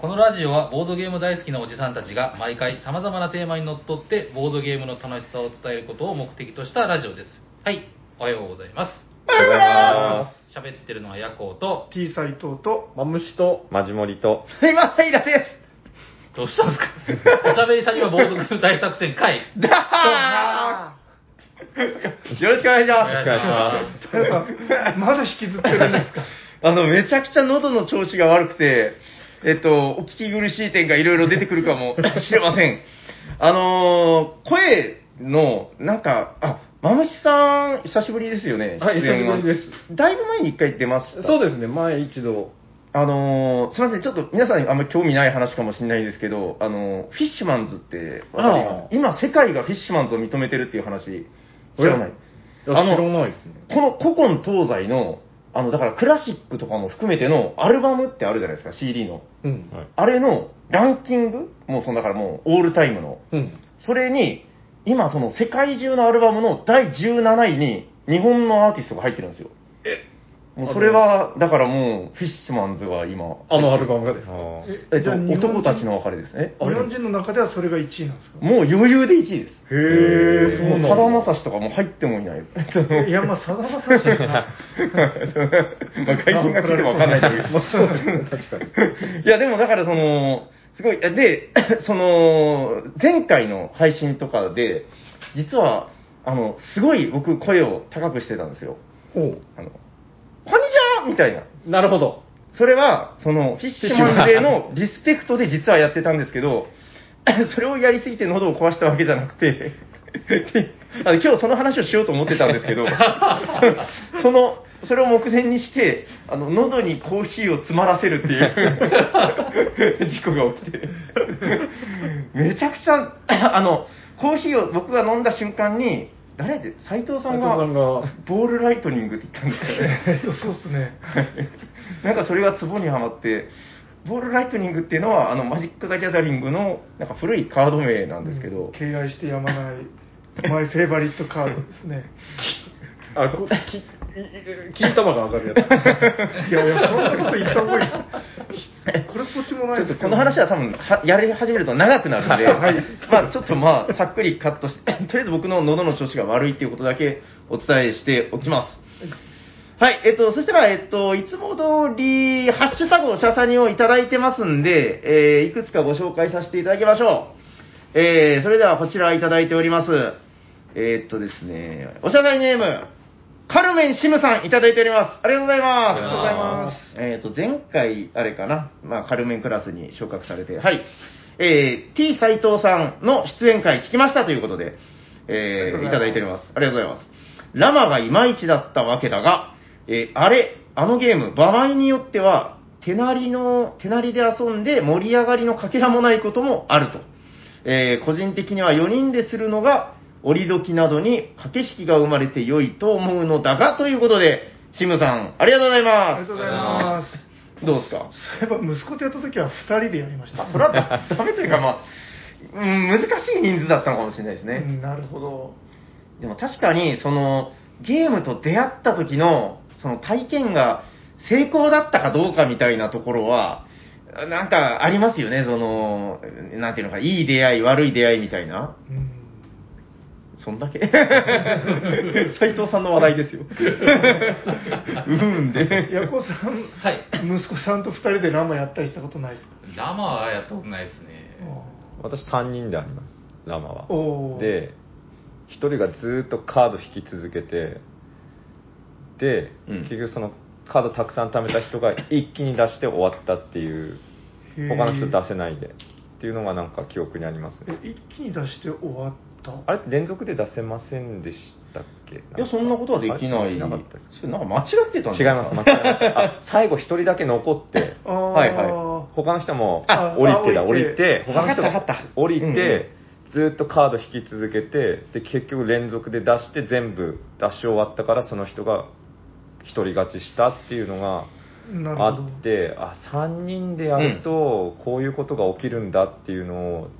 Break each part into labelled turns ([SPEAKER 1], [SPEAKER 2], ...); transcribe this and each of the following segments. [SPEAKER 1] このラジオはボードゲーム大好きなおじさんたちが毎回様々なテーマにのっとってボードゲームの楽しさを伝えることを目的としたラジオです。はい、おはようございます。
[SPEAKER 2] おはようございま
[SPEAKER 1] 喋ってるのはヤコウと、
[SPEAKER 3] T 斎藤と、
[SPEAKER 2] す。マムシと、マジモリと、
[SPEAKER 3] すいません、イラで
[SPEAKER 1] どうしたんですか おしゃべりさんにはボードゲーム大作戦会。
[SPEAKER 3] す。だ
[SPEAKER 2] よろしくお願いします。
[SPEAKER 1] お願いします
[SPEAKER 3] ーまだ引きずってるんですか
[SPEAKER 2] あの、めちゃくちゃ喉の調子が悪くて、えっと、お聞き苦しい点がいろいろ出てくるかもしれません。あのー、声の、なんか、あ、マムシさん、久しぶりですよね。
[SPEAKER 4] はい
[SPEAKER 2] 出演
[SPEAKER 4] 久しぶりです。
[SPEAKER 2] だいぶ前に一回出ました。
[SPEAKER 4] そうですね、前一度。
[SPEAKER 2] あのーすみません、ちょっと皆さんにあんまり興味ない話かもしれないですけど、あのーフィッシュマンズってわかりま
[SPEAKER 4] ああ
[SPEAKER 2] す今、世界がフィッシュマンズを認めてるっていう話、知らない。
[SPEAKER 4] いや
[SPEAKER 2] あ
[SPEAKER 4] 知
[SPEAKER 2] の
[SPEAKER 4] らないですね。
[SPEAKER 2] この古今東西の、あの、だからクラシックとかも含めてのアルバムってあるじゃないですか、CD の。
[SPEAKER 4] うん。
[SPEAKER 2] あれのランキングもうその、だからもうオールタイムの。
[SPEAKER 4] うん。
[SPEAKER 2] それに、今その世界中のアルバムの第17位に日本のアーティストが入ってるんですよ。もうそれは、だからもう、フィッシュマンズが今、
[SPEAKER 4] あのアルバムがです。
[SPEAKER 2] えっと、
[SPEAKER 3] じゃあ日本人
[SPEAKER 2] 男たちの別れですね。
[SPEAKER 3] 日本人の中ではそれが1位なんですか
[SPEAKER 2] もう余裕で1位です。
[SPEAKER 4] へーそうなんだ
[SPEAKER 2] さだまさしとかもう入っても いない。
[SPEAKER 3] いや、まあ、さだまさしかな。
[SPEAKER 2] まあ、外人が来ればわかんないんだけど。
[SPEAKER 4] 確か に。
[SPEAKER 2] いや、でもだからその、すごい、で、 その、前回の配信とかで、実は、あの、すごい僕声を高くしてたんですよ。
[SPEAKER 4] お
[SPEAKER 2] あの、こんにちはみたいな。
[SPEAKER 4] うなるほど。
[SPEAKER 2] それは、その、フィッシュマンデーのリスペクトで実はやってたんですけど、 それをやりすぎて喉を壊したわけじゃなくて、 あの今日その話をしようと思ってたんですけど、そその、それを目前にして、あの、喉にコーヒーを詰まらせるっていう 事故が起きて、めちゃくちゃ、あの、コーヒーを僕が飲んだ瞬間に、誰で斎藤さんが、
[SPEAKER 4] 斉藤さんが
[SPEAKER 2] ボールライトニングって言ったんですよね。
[SPEAKER 3] えっと、そうっすね。
[SPEAKER 2] なんかそれがツボにはまって、ボールライトニングっていうのは、あのマジック・ザ・ギャザリングのなんか古いカード名なんですけど、
[SPEAKER 3] 敬愛してやまない、マイフェイバリットカードですね。
[SPEAKER 4] あ、こき、金玉が上がるや
[SPEAKER 3] いやいや、そんなこと言った方がいい。これっぽっちもな
[SPEAKER 2] ち
[SPEAKER 3] い
[SPEAKER 2] ょっと
[SPEAKER 3] です
[SPEAKER 2] この話は多分はやり始めると長くなるんで、
[SPEAKER 3] はい
[SPEAKER 2] まあちょっとまあさっくりカットして、 とりあえず僕の喉の調子が悪いっていうことだけお伝えしておきます。はい、えっと、そしたら、えっと、いつも通り、ハッシュタグおしゃさにをいただいてますんで、えーいくつかご紹介させていただきましょう。えーそれではこちらいただいております。えーっとですね、おしゃさにネーム、カルメンシムさんいただいております。ありがとうございま
[SPEAKER 1] あ
[SPEAKER 2] す。。
[SPEAKER 1] りがとうございます
[SPEAKER 2] えっ、と、前回、あれかな、まあ、カルメンクラスに昇格されて、はい、えー、T 斎藤さんの出演会聞きましたということで、え
[SPEAKER 3] あ
[SPEAKER 2] ー、
[SPEAKER 3] り
[SPEAKER 2] いた
[SPEAKER 3] がとうご
[SPEAKER 2] だいてお
[SPEAKER 3] ざいます
[SPEAKER 2] ります。ありがとうございます。ラマがいまいちだったわけだが、えーあれ、あのゲーム、場合によっては、手なりの、手なりで遊んで盛り上がりのかけらもないこともあると。えー個人的には4人でするのが、折り時などに駆け引きが生まれて良いと思うのだが、ということで、シムさん、ありがとうござい
[SPEAKER 3] あ
[SPEAKER 2] ます。
[SPEAKER 3] りがとうございます。
[SPEAKER 2] どうですか
[SPEAKER 3] そういえば、息子とやった時は2人でやりました。
[SPEAKER 2] あそれはだダメというか、まあ、うん、難しい人数だったのかもしれないです
[SPEAKER 3] う
[SPEAKER 2] ね。
[SPEAKER 3] んなるほど。
[SPEAKER 2] でも確かに、その、ゲームと出会った時の、その体験が成功だったかどうかみたいなところは、なんかありますよね、その、なんていうのか、いい出会い、悪い出会いみたいな。
[SPEAKER 3] うん
[SPEAKER 2] そんだ け斉藤さんの話題 ですよ。うんで。
[SPEAKER 3] ヤコさん、
[SPEAKER 1] はい
[SPEAKER 3] 息子さんと2人でラマやったりしたことないですか
[SPEAKER 1] ラマはやったことないですね。
[SPEAKER 5] 私3人でありますラマは
[SPEAKER 3] おー
[SPEAKER 5] で1人がずーっとカード引き続けてで、
[SPEAKER 2] うん
[SPEAKER 5] 結局そのカードたくさん貯めた人が一気に出して終わったっていう
[SPEAKER 3] へー
[SPEAKER 5] 他の人出せないでっていうのがなんか記憶にありますね
[SPEAKER 3] え一気に出して終わった
[SPEAKER 5] あれって連続で出せませんでしたっけ
[SPEAKER 2] いや、そんなことはでき
[SPEAKER 5] あ
[SPEAKER 2] な
[SPEAKER 5] れ
[SPEAKER 2] い。
[SPEAKER 5] なかったです
[SPEAKER 2] それなんか間違ってたんです
[SPEAKER 5] 違います間違えましたあ最後1人だけ残って
[SPEAKER 3] あー
[SPEAKER 2] はいはい
[SPEAKER 5] 他の人も
[SPEAKER 3] あ
[SPEAKER 5] 降りてだ
[SPEAKER 3] あ降
[SPEAKER 5] 降
[SPEAKER 3] り
[SPEAKER 5] り
[SPEAKER 3] て
[SPEAKER 5] て他の人
[SPEAKER 2] わかったわか
[SPEAKER 5] が
[SPEAKER 2] った
[SPEAKER 5] 降り
[SPEAKER 2] うんう
[SPEAKER 5] てずっとカード引き続けてで結局連続で出して全部出し終わったからその人が一人勝ちしたっていうのが
[SPEAKER 3] なるほ
[SPEAKER 5] あ
[SPEAKER 3] ど
[SPEAKER 5] ってあ3人でやるとこういうことが起きるんだっていうのを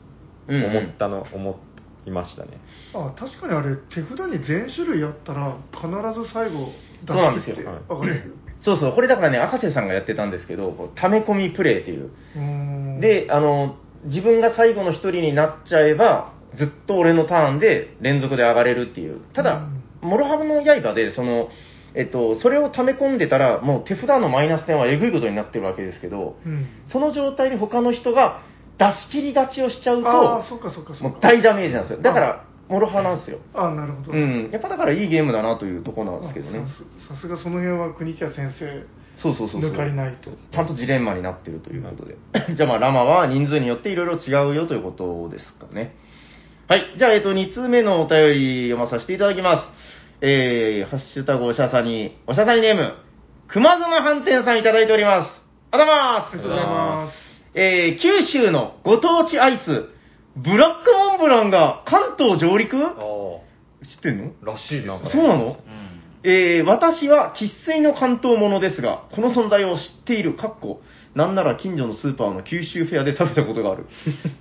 [SPEAKER 2] うんうん
[SPEAKER 5] 思ったの思いましたね
[SPEAKER 3] あ確かにあれ手札に全種類あったら必ず最後出
[SPEAKER 2] そうなんで
[SPEAKER 3] し
[SPEAKER 2] す
[SPEAKER 3] て
[SPEAKER 2] よ
[SPEAKER 3] って
[SPEAKER 5] はい
[SPEAKER 3] 上がれる
[SPEAKER 2] そうそう、これだからね、赤瀬さんがやってたんですけど、こう溜め込みプレイっていう、
[SPEAKER 3] うーん
[SPEAKER 4] うん
[SPEAKER 2] で、あの、自分が最後の一人になっちゃえば、ずっと俺のターンで連続で上がれるっていう。ただ、諸刃の刃で、その、えっと、それを溜め込んでたら、もう手札のマイナス点はえぐいことになってるわけですけど、
[SPEAKER 3] うん
[SPEAKER 2] その状態で他の人が出し切り勝ちをしちゃう
[SPEAKER 3] ああ
[SPEAKER 2] と、
[SPEAKER 3] そっかそっかそっか
[SPEAKER 2] もう大ダメージなんですよ。だから、諸刃なんですよ。
[SPEAKER 3] ああなるほど
[SPEAKER 2] うん。やっぱだからいいゲームだなというところなんですけどね
[SPEAKER 3] あ。さすさすがその辺は国茶先生
[SPEAKER 2] そうそうそうそう。
[SPEAKER 3] 抜かりないと
[SPEAKER 2] ちゃんとジレンマになってるということで。 じゃあまあ、ラマは人数によっていろいろ違うよということですかね。はい。じゃあ、えっと、2通目のお便り読まさせていただきます。えー、ハッシュタグおしゃさに、おしゃさにネーム、熊妻飯店さんいただいております。あざまーす。
[SPEAKER 3] ありがとうございます
[SPEAKER 2] えー、九州のご当地アイス、ブラックモンブランが関東上陸知
[SPEAKER 1] ああ
[SPEAKER 2] ってんの
[SPEAKER 1] らしいですね
[SPEAKER 2] そうなの
[SPEAKER 1] うん
[SPEAKER 2] えー私は生粋の関東ものですが、この存在を知っている、かっこ、なんなら近所のスーパーの九州フェアで食べたことがある。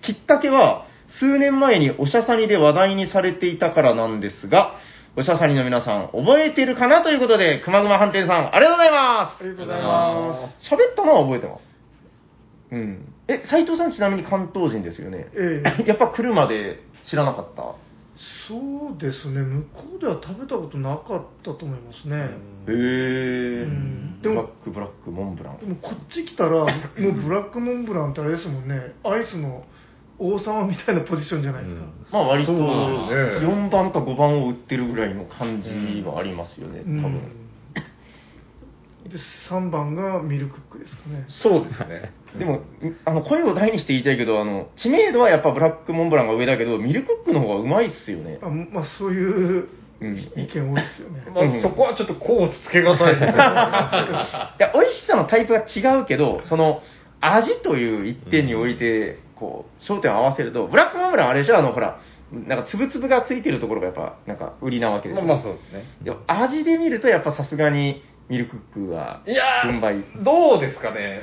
[SPEAKER 2] きっかけは、数年前におしゃさにで話題にされていたからなんですが、おしゃさにの皆さん覚えてるかなということで、くまぐま飯店さん、ありがとうございま
[SPEAKER 3] ありがとうご
[SPEAKER 1] あ
[SPEAKER 3] ざい
[SPEAKER 1] り
[SPEAKER 3] ま
[SPEAKER 1] が
[SPEAKER 2] す。喋ったのは覚えてます。うん。え、斎藤さんちなみに関東人ですよね
[SPEAKER 3] す。え え
[SPEAKER 2] やっぱ来るまで知らなかった
[SPEAKER 3] そうですね向こうでは食べたことなかったと思います
[SPEAKER 2] へ
[SPEAKER 3] ね、う
[SPEAKER 2] え
[SPEAKER 3] ん
[SPEAKER 2] ブ
[SPEAKER 3] で
[SPEAKER 2] ラッ
[SPEAKER 3] も
[SPEAKER 2] クブラックモンブラン
[SPEAKER 3] でもこっち来たら、もうブラックモンブランってあれですもんね、アイスの王様みたいなポジションじゃないですか。
[SPEAKER 2] まあ割と
[SPEAKER 4] そうですね
[SPEAKER 2] 4番か5番を売ってるぐらいの感じはありますよね、
[SPEAKER 3] うん
[SPEAKER 2] 多分。
[SPEAKER 3] で、3番がミルクックですかね。
[SPEAKER 4] そうですね。
[SPEAKER 2] でも、あの、声を大にして言いたいけど、あの、知名度はやっぱブラックモンブランが上だけど、ミルクックの方がうまいっすよね。
[SPEAKER 3] あまあ、そういう
[SPEAKER 2] うん
[SPEAKER 3] 意見多いですよね。
[SPEAKER 4] まあ、そこはちょっとこうつけがた いですね。
[SPEAKER 2] いや、美味しさのタイプが違うけど、その、味という一点において、こう、焦点を合わせると、ブラックモンブランあれでしょあの、ほら、なんか、つぶつぶがついてるところがやっぱ、なんか、売りなわけでし
[SPEAKER 4] まあ
[SPEAKER 2] ょ。
[SPEAKER 4] まあそうですね。、
[SPEAKER 2] でも、味で見ると、やっぱさすがに、ミルクックはい
[SPEAKER 4] や
[SPEAKER 2] 軍配。
[SPEAKER 4] ー、どうですかね。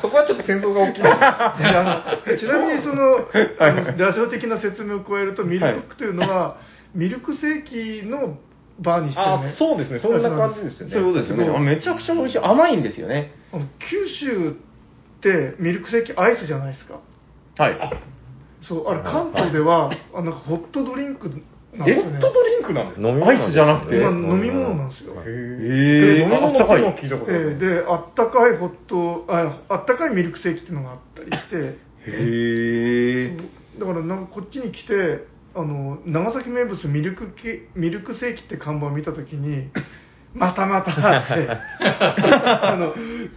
[SPEAKER 4] そこはちょっと戦争が大きい。
[SPEAKER 3] であの ちなみにそ の、あの、羅生的な説明を加えると、ミルクックというのは、ミルクセーキのバーにしてるね
[SPEAKER 4] あ。そうですね。そんな感じですよね。
[SPEAKER 2] そういうことですよね。あめちゃくちゃ美味しい。甘いんですよね。
[SPEAKER 3] あの九州ってミルクセーキアイスじゃないですか。
[SPEAKER 2] はい。
[SPEAKER 3] そう、あれ関東では、あなんかホットドリンクなんで
[SPEAKER 4] えホ
[SPEAKER 3] すよね
[SPEAKER 4] ッ。トドリンクなんですか
[SPEAKER 5] 飲み物
[SPEAKER 2] アイスじゃなくて
[SPEAKER 3] まあ飲み物なんですよ。
[SPEAKER 4] へ
[SPEAKER 3] え
[SPEAKER 4] ー
[SPEAKER 2] えー
[SPEAKER 4] 飲み物
[SPEAKER 2] あったかい
[SPEAKER 4] の聞いたことあ
[SPEAKER 3] え
[SPEAKER 4] る
[SPEAKER 3] で、あったかいホットあ、あったかいミルクセーキっていうのがあったりして、
[SPEAKER 2] へえ。
[SPEAKER 3] だからなんかこっちに来て、あの長崎名物ミルクケミルクセーキって看板を見たときに、 またまたって あの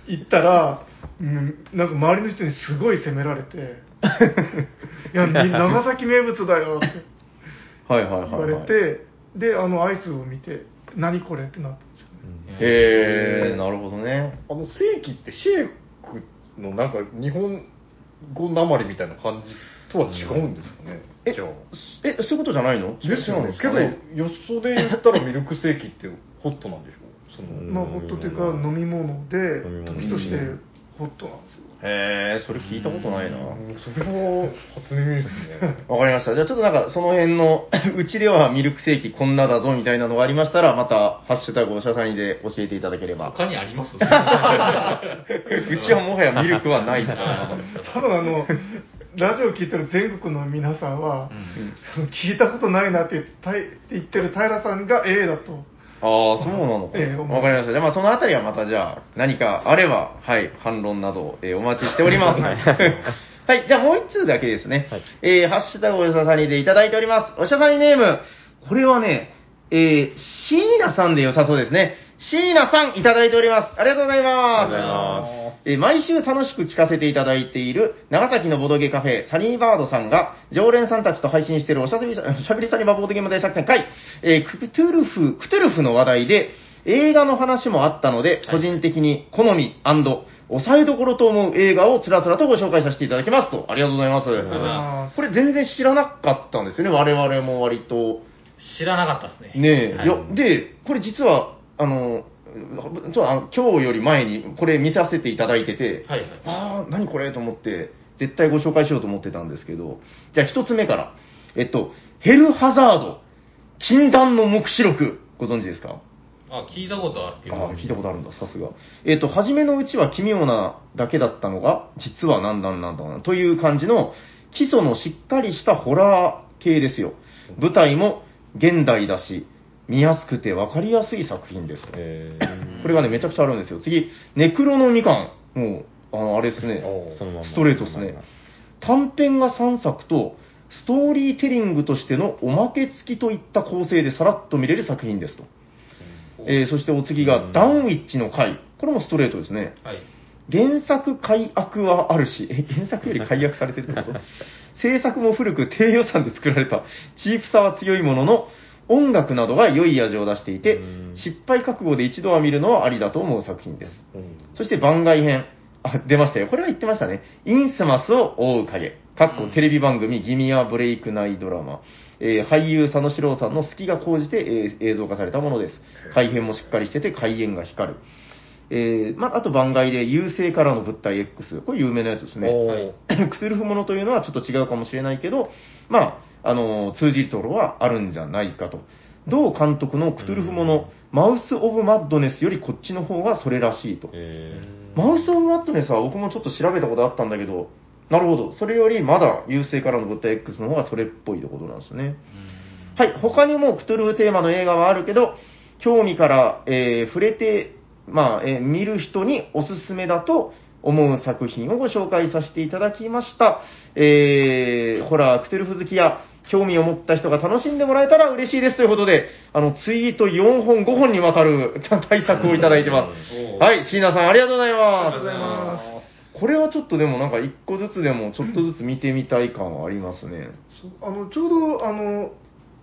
[SPEAKER 3] 言ったら、うんなんか周りの人にすごい責められ て、いや、み長崎名物だよって。
[SPEAKER 2] はいはいはい
[SPEAKER 3] 言わ
[SPEAKER 2] はい、
[SPEAKER 3] れて、であのアイスを見て「何これ?」ってなったんですよね
[SPEAKER 2] へえ、なるほどね。
[SPEAKER 4] あの、正規ってシェイクのなんか日本語なまりみたいな感じとは違うんですかね。
[SPEAKER 2] え
[SPEAKER 4] じゃあ。
[SPEAKER 2] え、そういうことじゃないの
[SPEAKER 4] ですよ
[SPEAKER 2] 違うん
[SPEAKER 4] ね。
[SPEAKER 2] す
[SPEAKER 4] け
[SPEAKER 2] か
[SPEAKER 4] ど、予想で言ったらミルクセーキってホットなんでしょその、
[SPEAKER 5] うん
[SPEAKER 3] まあホットというか飲み物で
[SPEAKER 5] 飲み物
[SPEAKER 3] 時としてホットなんですよ
[SPEAKER 2] へえ、それ聞いたことないな。わ
[SPEAKER 4] うん それは初耳ですね。
[SPEAKER 2] かりました。じゃあちょっとなんか、その辺の、 うちではミルクセーキこんなだぞみたいなのがありましたら、また、ハッシュタグおしゃさにで教えていただけれ ば。
[SPEAKER 1] 他にあり ます
[SPEAKER 2] うちはもはやミルクはないです。
[SPEAKER 3] 多分 あのラジオを聞いてる全国の皆さんは、
[SPEAKER 1] うん
[SPEAKER 3] その聞いたことないなって言ってたいって言ってる平さんが A だと
[SPEAKER 2] ああ、そうなのか。わ、
[SPEAKER 3] ええ
[SPEAKER 2] かりました。じゃあ、まあ、そのあたりはまた、じゃあ、何かあれば、はい、反論など、えーお待ちしております。 はい、じゃあ、もう一通だけですね。
[SPEAKER 5] はい
[SPEAKER 2] えーハッシュタグおしゃさにでいただいております。おしゃさにネーム、これはね、えー、シーナさんで良さそうですね。シーナさんいただいております。ありがとうございます。
[SPEAKER 5] ありがとうございます
[SPEAKER 2] えー毎週楽しく聞かせていただいている長崎のボドゲカフェサニーバードさんが常連さんたちと配信しているおしゃべりさおしゃべりサニバボードゲーム大作戦会、えークトゥルフ、クトゥルフの話題で映画の話もあったので、個人的に好み抑えどころと思う映画をつらつらとご紹介させていただきますと。ありがとうございます。
[SPEAKER 1] とうございま
[SPEAKER 2] これ全然知らなかったんですよね、我々も割と。
[SPEAKER 1] 知らなかったですね
[SPEAKER 2] ねえ、
[SPEAKER 1] はい
[SPEAKER 2] いや、で、これ実は、あの、ちょっとあの今日より前にこれ見させていただいてて、
[SPEAKER 1] はいはい
[SPEAKER 2] ああ、何これと思って、絶対ご紹介しようと思ってたんですけど、じゃあ一つ目から、えっと、ヘルハザード、禁断の黙示録、ご存知ですか
[SPEAKER 1] ああ、聞いたことあるけど。
[SPEAKER 2] ああ、聞いたことあるんだ、さすが。えっ、と、初めのうちは奇妙なだけだったのが、実はなんだなんだなんだという感じの、基礎のしっかりしたホラー系ですよ。舞台も現代だし、見やすくて分かりやすい作品です。
[SPEAKER 5] え
[SPEAKER 2] これがね、めちゃくちゃあるんですよ。次、ネクロのみかん。もう、あの、あれですね。
[SPEAKER 5] ー、そのまんま
[SPEAKER 2] ストレートですね。短編が3作と、ストーリーテリングとしてのおまけ付きといった構成でさらっと見れる作品ですと。えーそしてお次
[SPEAKER 5] う
[SPEAKER 2] が
[SPEAKER 5] ん
[SPEAKER 2] ダンウィッチの回。これもストレートですね。
[SPEAKER 1] はい。
[SPEAKER 2] 原作改悪はあるし、え原作より改悪されてるってこと 制作も古く低予算で作られた、チープさは強いものの、音楽などが良い味を出していて
[SPEAKER 5] うん、
[SPEAKER 2] 失敗覚悟で一度は見るのはありだと思う作品です。
[SPEAKER 4] うん
[SPEAKER 2] そして番外編。あ、出ましたよ。これは言ってましたね。インスマスを追う影。かっ
[SPEAKER 1] う
[SPEAKER 2] こ
[SPEAKER 1] ん
[SPEAKER 2] テレビ番組、ギミアブレイクナイドラマ。えー俳優佐野史郎さんの好きが高じて、えー映像化されたものです。改編もしっかりしてて、開演が光る。えーまあ、あと番外で、優勢からの物体 X。これ有名なやつですね。
[SPEAKER 4] おー
[SPEAKER 1] はい。
[SPEAKER 2] クセルフものというのはちょっと違うかもしれないけど、まあ、あの通じるところはあるんじゃないかと。同監督のクトゥルフもの、マウス・オブ・マッドネスよりこっちの方がそれらしいと。
[SPEAKER 5] え
[SPEAKER 2] マウス・オブ・マッドネスは僕もちょっと調べたことあったんだけど、なるほど。それよりまだ優勢からの物体 X の方がそれっぽいってことなんですね。はい。他にもクトゥルフテーマの映画はあるけど、興味から、えー触れて、まあ、えー見る人におすすめだと思う作品をご紹介させていただきました。えー、ホラー、クトゥルフ好きや、興味を持った人が楽しんでもらえたら嬉しいですということで、あの、ツイート4本、5本にわたる 対策をいただいてます。
[SPEAKER 1] おー
[SPEAKER 2] はい、椎名さんありがとうございます。
[SPEAKER 1] ありがとうございま
[SPEAKER 2] これはちょっとでもなんか一個ずつでもちょっとずつ見てみたい感はありますね。
[SPEAKER 3] そうあのちょうどあの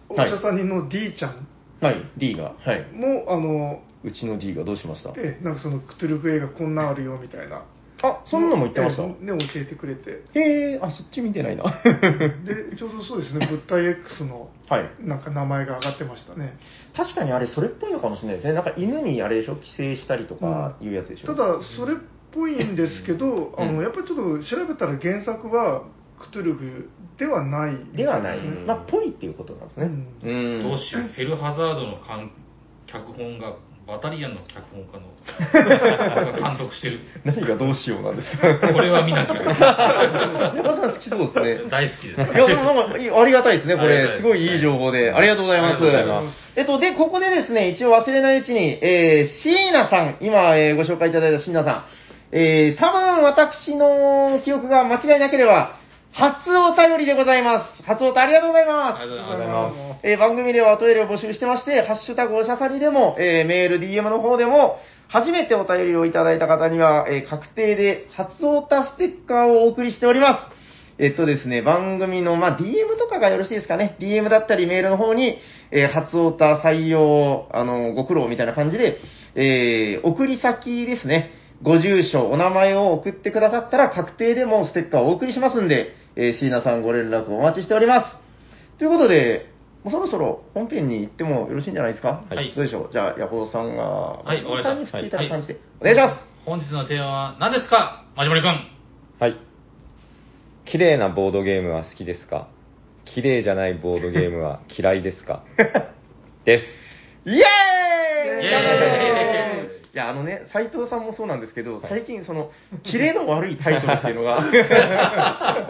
[SPEAKER 3] お医者さんにの D ちゃん
[SPEAKER 2] はい、D が。はい。
[SPEAKER 3] も、あの
[SPEAKER 2] うちの D がどうしました
[SPEAKER 3] えなんかそのクトゥルフ映画こんなんあるよみたいな
[SPEAKER 2] あ、そんなのも言ってました。
[SPEAKER 3] えね教えてくれ て
[SPEAKER 2] えー、あ、そっち見てない な。
[SPEAKER 3] でちょうどそうですね物体 X の
[SPEAKER 2] はい。
[SPEAKER 3] なんか名前が上がってましたね
[SPEAKER 2] 確かにあれ、それっぽいのかもしれないですね。なんか犬にあれでしょ、寄生したりとかいうやつでしょ。
[SPEAKER 3] ただそれっぽいんですけど、あ
[SPEAKER 2] う
[SPEAKER 3] の
[SPEAKER 2] ん
[SPEAKER 3] やっぱりちょっと調べたら原作はクトゥルフではない
[SPEAKER 2] ではない、
[SPEAKER 5] うん
[SPEAKER 2] まあ、ぽいっていうことなんですね。
[SPEAKER 3] うん
[SPEAKER 2] ん
[SPEAKER 1] どうしよう。ヘルハザードの監脚本が、バタリアンの脚本家の、が 監督してる。
[SPEAKER 2] 何がどうしようなんですか。
[SPEAKER 1] これは見なきゃ。
[SPEAKER 2] 山田さん好きそうですね。
[SPEAKER 1] 大好きです。
[SPEAKER 2] いや、でもなんかいい、ありがたいですね、こ
[SPEAKER 1] ありが
[SPEAKER 2] れ。
[SPEAKER 1] たい
[SPEAKER 2] すごいいい情報で。ありがとうございます。
[SPEAKER 1] ありがとうございま
[SPEAKER 2] えっと、で、ここでですね、一応忘れないうちに、えー、椎名さん、今、えーご紹介いただいた椎名さん、えー、多分私の記憶が間違いなければ、初お便りでございます。初お便りありがとうございます。
[SPEAKER 1] ありがとうご
[SPEAKER 3] あ
[SPEAKER 1] ざい
[SPEAKER 3] の
[SPEAKER 1] ます。
[SPEAKER 2] えー番組ではおトイレを募集してまして、ハッシュタグおしゃさりでも、えーメール、DM の方でも、初めてお便りをいただいた方には、えー確定で初オタステッカーをお送りしております。えっとですね、番組の、まあ、DM とかがよろしいですかね。DM だったりメールの方に、えー初オタ採用、あの、ご苦労みたいな感じで、えー送り先ですね。ご住所、お名前を送ってくださったら、確定でもうステッカーをお送りしますんで、えー椎名さんご連絡お待ちしております。ということで、もうそろそろ本編に行ってもよろしいんじゃないですか、
[SPEAKER 1] はい
[SPEAKER 2] どうでしょうじゃあ、ヤホーさんが、
[SPEAKER 1] はい
[SPEAKER 2] ヤホーさんに
[SPEAKER 1] わ
[SPEAKER 2] 振
[SPEAKER 1] か
[SPEAKER 2] っ
[SPEAKER 1] り
[SPEAKER 2] て
[SPEAKER 1] ましたはい
[SPEAKER 2] いただく感じで、お願いしま
[SPEAKER 1] 本日のテーマは何ですかまじまりくん。
[SPEAKER 5] はい。綺麗なボードゲームは好きですか綺麗じゃないボードゲームは嫌いで すかです。
[SPEAKER 2] す。イエーイ
[SPEAKER 1] イエー
[SPEAKER 2] いや、あのね、斎藤さんもそうなんですけど、最近、その、キレの悪いタイトルっていうのが、 あ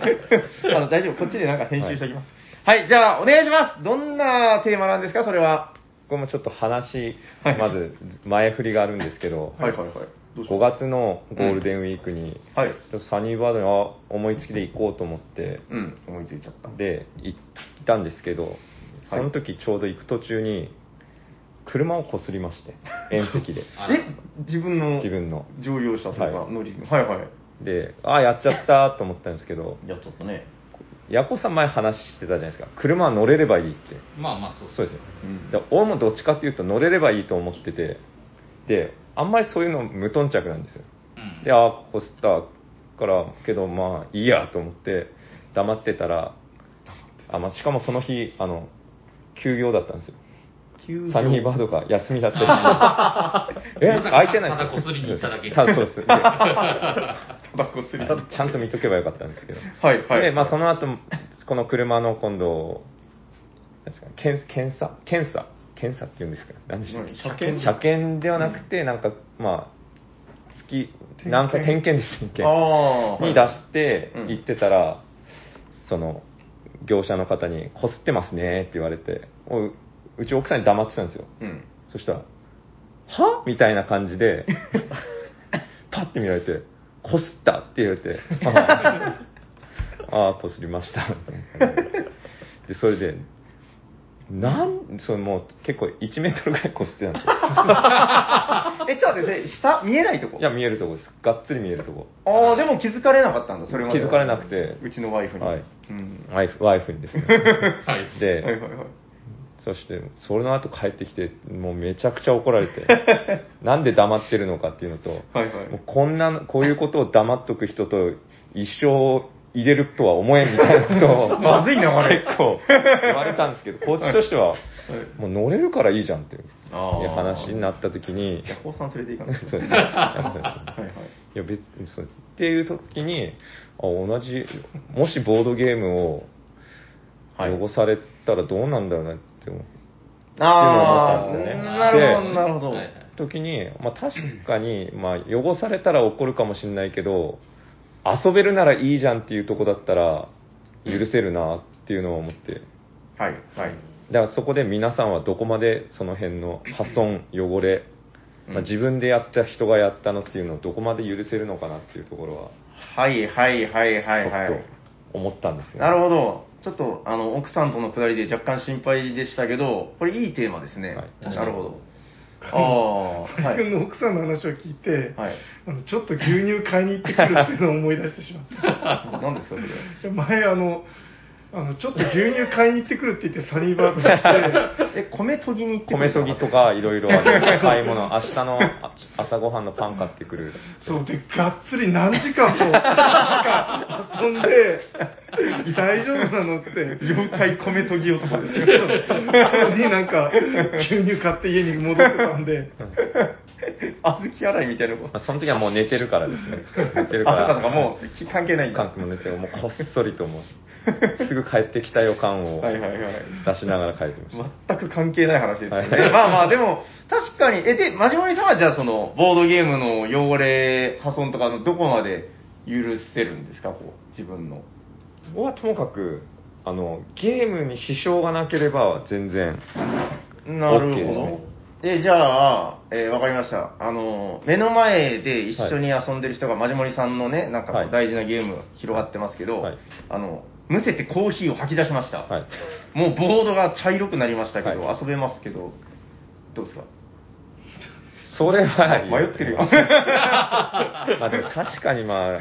[SPEAKER 2] の大丈夫、こっちでなんか編集しておきます。はい、じゃあ、お願いします。どんなテーマなんですか、それは。
[SPEAKER 5] これもちょっと話、
[SPEAKER 2] はい
[SPEAKER 5] まず前振りがあるんですけど、
[SPEAKER 2] はいはいはい。どうし
[SPEAKER 5] 5月のゴールデンウィークに、
[SPEAKER 2] はい。
[SPEAKER 5] ちょっとサニーバードにあ思いつきで行こうと思って、
[SPEAKER 2] うん、思いついちゃった。
[SPEAKER 5] で、行ったんですけど、その時ちょうど行く途中に、車をこすりま して、縁石で、
[SPEAKER 1] あら
[SPEAKER 2] え、自分の
[SPEAKER 5] 自分の。
[SPEAKER 2] 乗用車とか、
[SPEAKER 5] はい
[SPEAKER 2] 乗り、はいはい。
[SPEAKER 5] で、ああ、やっちゃったと思ったんですけど、
[SPEAKER 2] やっちゃったね。
[SPEAKER 5] ヤコさん前話してたじゃないですか車は乗れればいいって
[SPEAKER 1] まあまあそう
[SPEAKER 5] そう
[SPEAKER 1] で
[SPEAKER 5] ですよ
[SPEAKER 2] うん
[SPEAKER 5] で俺もどっちかっていうと乗れればいいと思っててであんまりそういうの無頓着なんですよ
[SPEAKER 1] す。
[SPEAKER 5] でああこすったからけどまあいいやと思って黙ってたらあ、まあ、しかもその日あの休業だったんですよ
[SPEAKER 2] 急
[SPEAKER 5] サニーバードが休みだったし え開いてない
[SPEAKER 1] ただこすりに行っただけ
[SPEAKER 5] たそうですでち
[SPEAKER 2] タバコすりだった。
[SPEAKER 5] ゃんと見とけばよかったんですけど
[SPEAKER 2] はいはい。
[SPEAKER 5] で、まあ、その後この車の今度なんですか、検検査検査検査って言うんですか何でしたっけ
[SPEAKER 4] 車検
[SPEAKER 5] 車検ではなくて、なんか、まあ、月、
[SPEAKER 3] 検
[SPEAKER 5] なんか点検です、点検。
[SPEAKER 2] ああ。
[SPEAKER 5] に出して
[SPEAKER 2] うん
[SPEAKER 5] 行ってたら、その、業者の方に、こすってますねって言われて、もううち奥さんに黙ってたんですよ。
[SPEAKER 2] うん。
[SPEAKER 5] そしたら、はみたいな感 じで、パッて見られて、こすったって言われて、ああ、 ああこすりました。で、それで、なん、そのもう結構1メートルぐらいこすってたんですよ。
[SPEAKER 2] え、ちょっと待って、下見えないとこ
[SPEAKER 5] いや、見えるとこです。がっつり見えるとこ。
[SPEAKER 2] ああ、でも気づかれなかったんだ、それまで。
[SPEAKER 5] 気づかれなくて
[SPEAKER 2] うちのワイフに。
[SPEAKER 5] はい
[SPEAKER 2] うん。
[SPEAKER 5] ワイフ、ワイフにですね。
[SPEAKER 1] はい。
[SPEAKER 5] で、
[SPEAKER 2] はいはいはい。
[SPEAKER 5] そして、その後帰ってきて、もうめちゃくちゃ怒られ て、なんで黙ってるのかっていうのと、
[SPEAKER 2] はいはい
[SPEAKER 5] もうこんな、こういうことを黙っとく人と一生入れるとは思えんみたいなことを、
[SPEAKER 2] まずいなあれ
[SPEAKER 5] 結構言われたんですけど、こっちとしては、もう乗れるからいいじゃんっていう
[SPEAKER 2] あー
[SPEAKER 5] いう話になった時に
[SPEAKER 2] い、や、高さん連れて行かないと。
[SPEAKER 5] そうですねやっぱ
[SPEAKER 2] はいはい。
[SPEAKER 5] りいや別にそうっていう時にあ同じもしボードゲームを
[SPEAKER 2] はい
[SPEAKER 5] 汚されたらどうなんだろうなって思う
[SPEAKER 2] ああ、
[SPEAKER 5] っていうのを思
[SPEAKER 2] な
[SPEAKER 5] ったんです
[SPEAKER 2] る
[SPEAKER 5] よ
[SPEAKER 2] ほど、
[SPEAKER 5] ね
[SPEAKER 2] なるほど。
[SPEAKER 1] はいはい
[SPEAKER 5] 時に、まあ、確かに、まあ、汚されたら怒るかもしれないけど遊べるならいいじゃんっていうとこだったら許せるなっていうのを思って
[SPEAKER 2] はいはい。
[SPEAKER 5] だからそこで皆さんはどこまでその辺の破損汚れ、ま
[SPEAKER 2] う
[SPEAKER 5] あ、
[SPEAKER 2] ん
[SPEAKER 5] 自分でやった人がやったのっていうのをどこまで許せるのかなっていうところは
[SPEAKER 2] はいはいはいはいは
[SPEAKER 5] ちょっ
[SPEAKER 2] い。
[SPEAKER 5] と思ったんですよ、
[SPEAKER 2] なるほど。ちょっと、あの、奥さんとのくだりで若干心配でしたけど、これいいテーマですね。
[SPEAKER 5] はい
[SPEAKER 2] なるほど。ああ、は
[SPEAKER 3] 君
[SPEAKER 2] い。
[SPEAKER 3] の奥さんの話を聞いて、
[SPEAKER 2] はい。
[SPEAKER 3] あのちょっと牛乳買いに行ってくるっていうのを思い出してしまった
[SPEAKER 2] 何ですか、それ。
[SPEAKER 3] で前あのあのちょっと牛乳買いに行ってくるって言ってサニーバードにして
[SPEAKER 2] え、米研ぎに行って
[SPEAKER 5] 米そぎとかいろいろある買い物明日の あ朝ごはんのパン買ってくる
[SPEAKER 3] そうでがっつり何時間もなんか遊んで大丈夫なのって
[SPEAKER 2] 妖怪米研ぎ男ですよ。
[SPEAKER 3] なのになんか牛乳買って家に戻ってたんで
[SPEAKER 2] 小豆洗いみたいなこと。
[SPEAKER 5] まあその時はもう寝てるからですね寝てるか
[SPEAKER 2] あ、そ
[SPEAKER 5] ら
[SPEAKER 2] うかそうか、もうき関係ないんだ。
[SPEAKER 5] 韓国の寝てもうこっそりともうすぐ帰ってきた予感 を
[SPEAKER 2] はいはい
[SPEAKER 5] 出
[SPEAKER 2] はい。
[SPEAKER 5] しながら帰ってました、
[SPEAKER 2] 全く関係ない話ですね。
[SPEAKER 5] はい
[SPEAKER 2] まあまあ、でも、確かに、え、で、マジモリさんは、じゃあ、その、ボードゲームの汚れ、破損とかの、どこまで許せるんですか、こう、自分の。
[SPEAKER 5] ここはともかくあのゲームに支障がなければ全然
[SPEAKER 2] なる
[SPEAKER 5] OK です
[SPEAKER 2] ほ
[SPEAKER 5] ね
[SPEAKER 2] ど。え、じゃあ、えーわかりました。あの、目の前で一緒に遊んでる人が、マジモリさんのね、なんかこ
[SPEAKER 5] は
[SPEAKER 2] う
[SPEAKER 5] い
[SPEAKER 2] 大事なゲーム広がってますけど、
[SPEAKER 5] はい
[SPEAKER 2] あの、むせてコーヒーを吐き出しました。
[SPEAKER 5] はい
[SPEAKER 2] もうボードが茶色くなりましたけど、
[SPEAKER 5] はい
[SPEAKER 2] 遊べますけど、どうですか
[SPEAKER 5] それは
[SPEAKER 2] 迷ってるよ。
[SPEAKER 5] まあでも確かにまあ、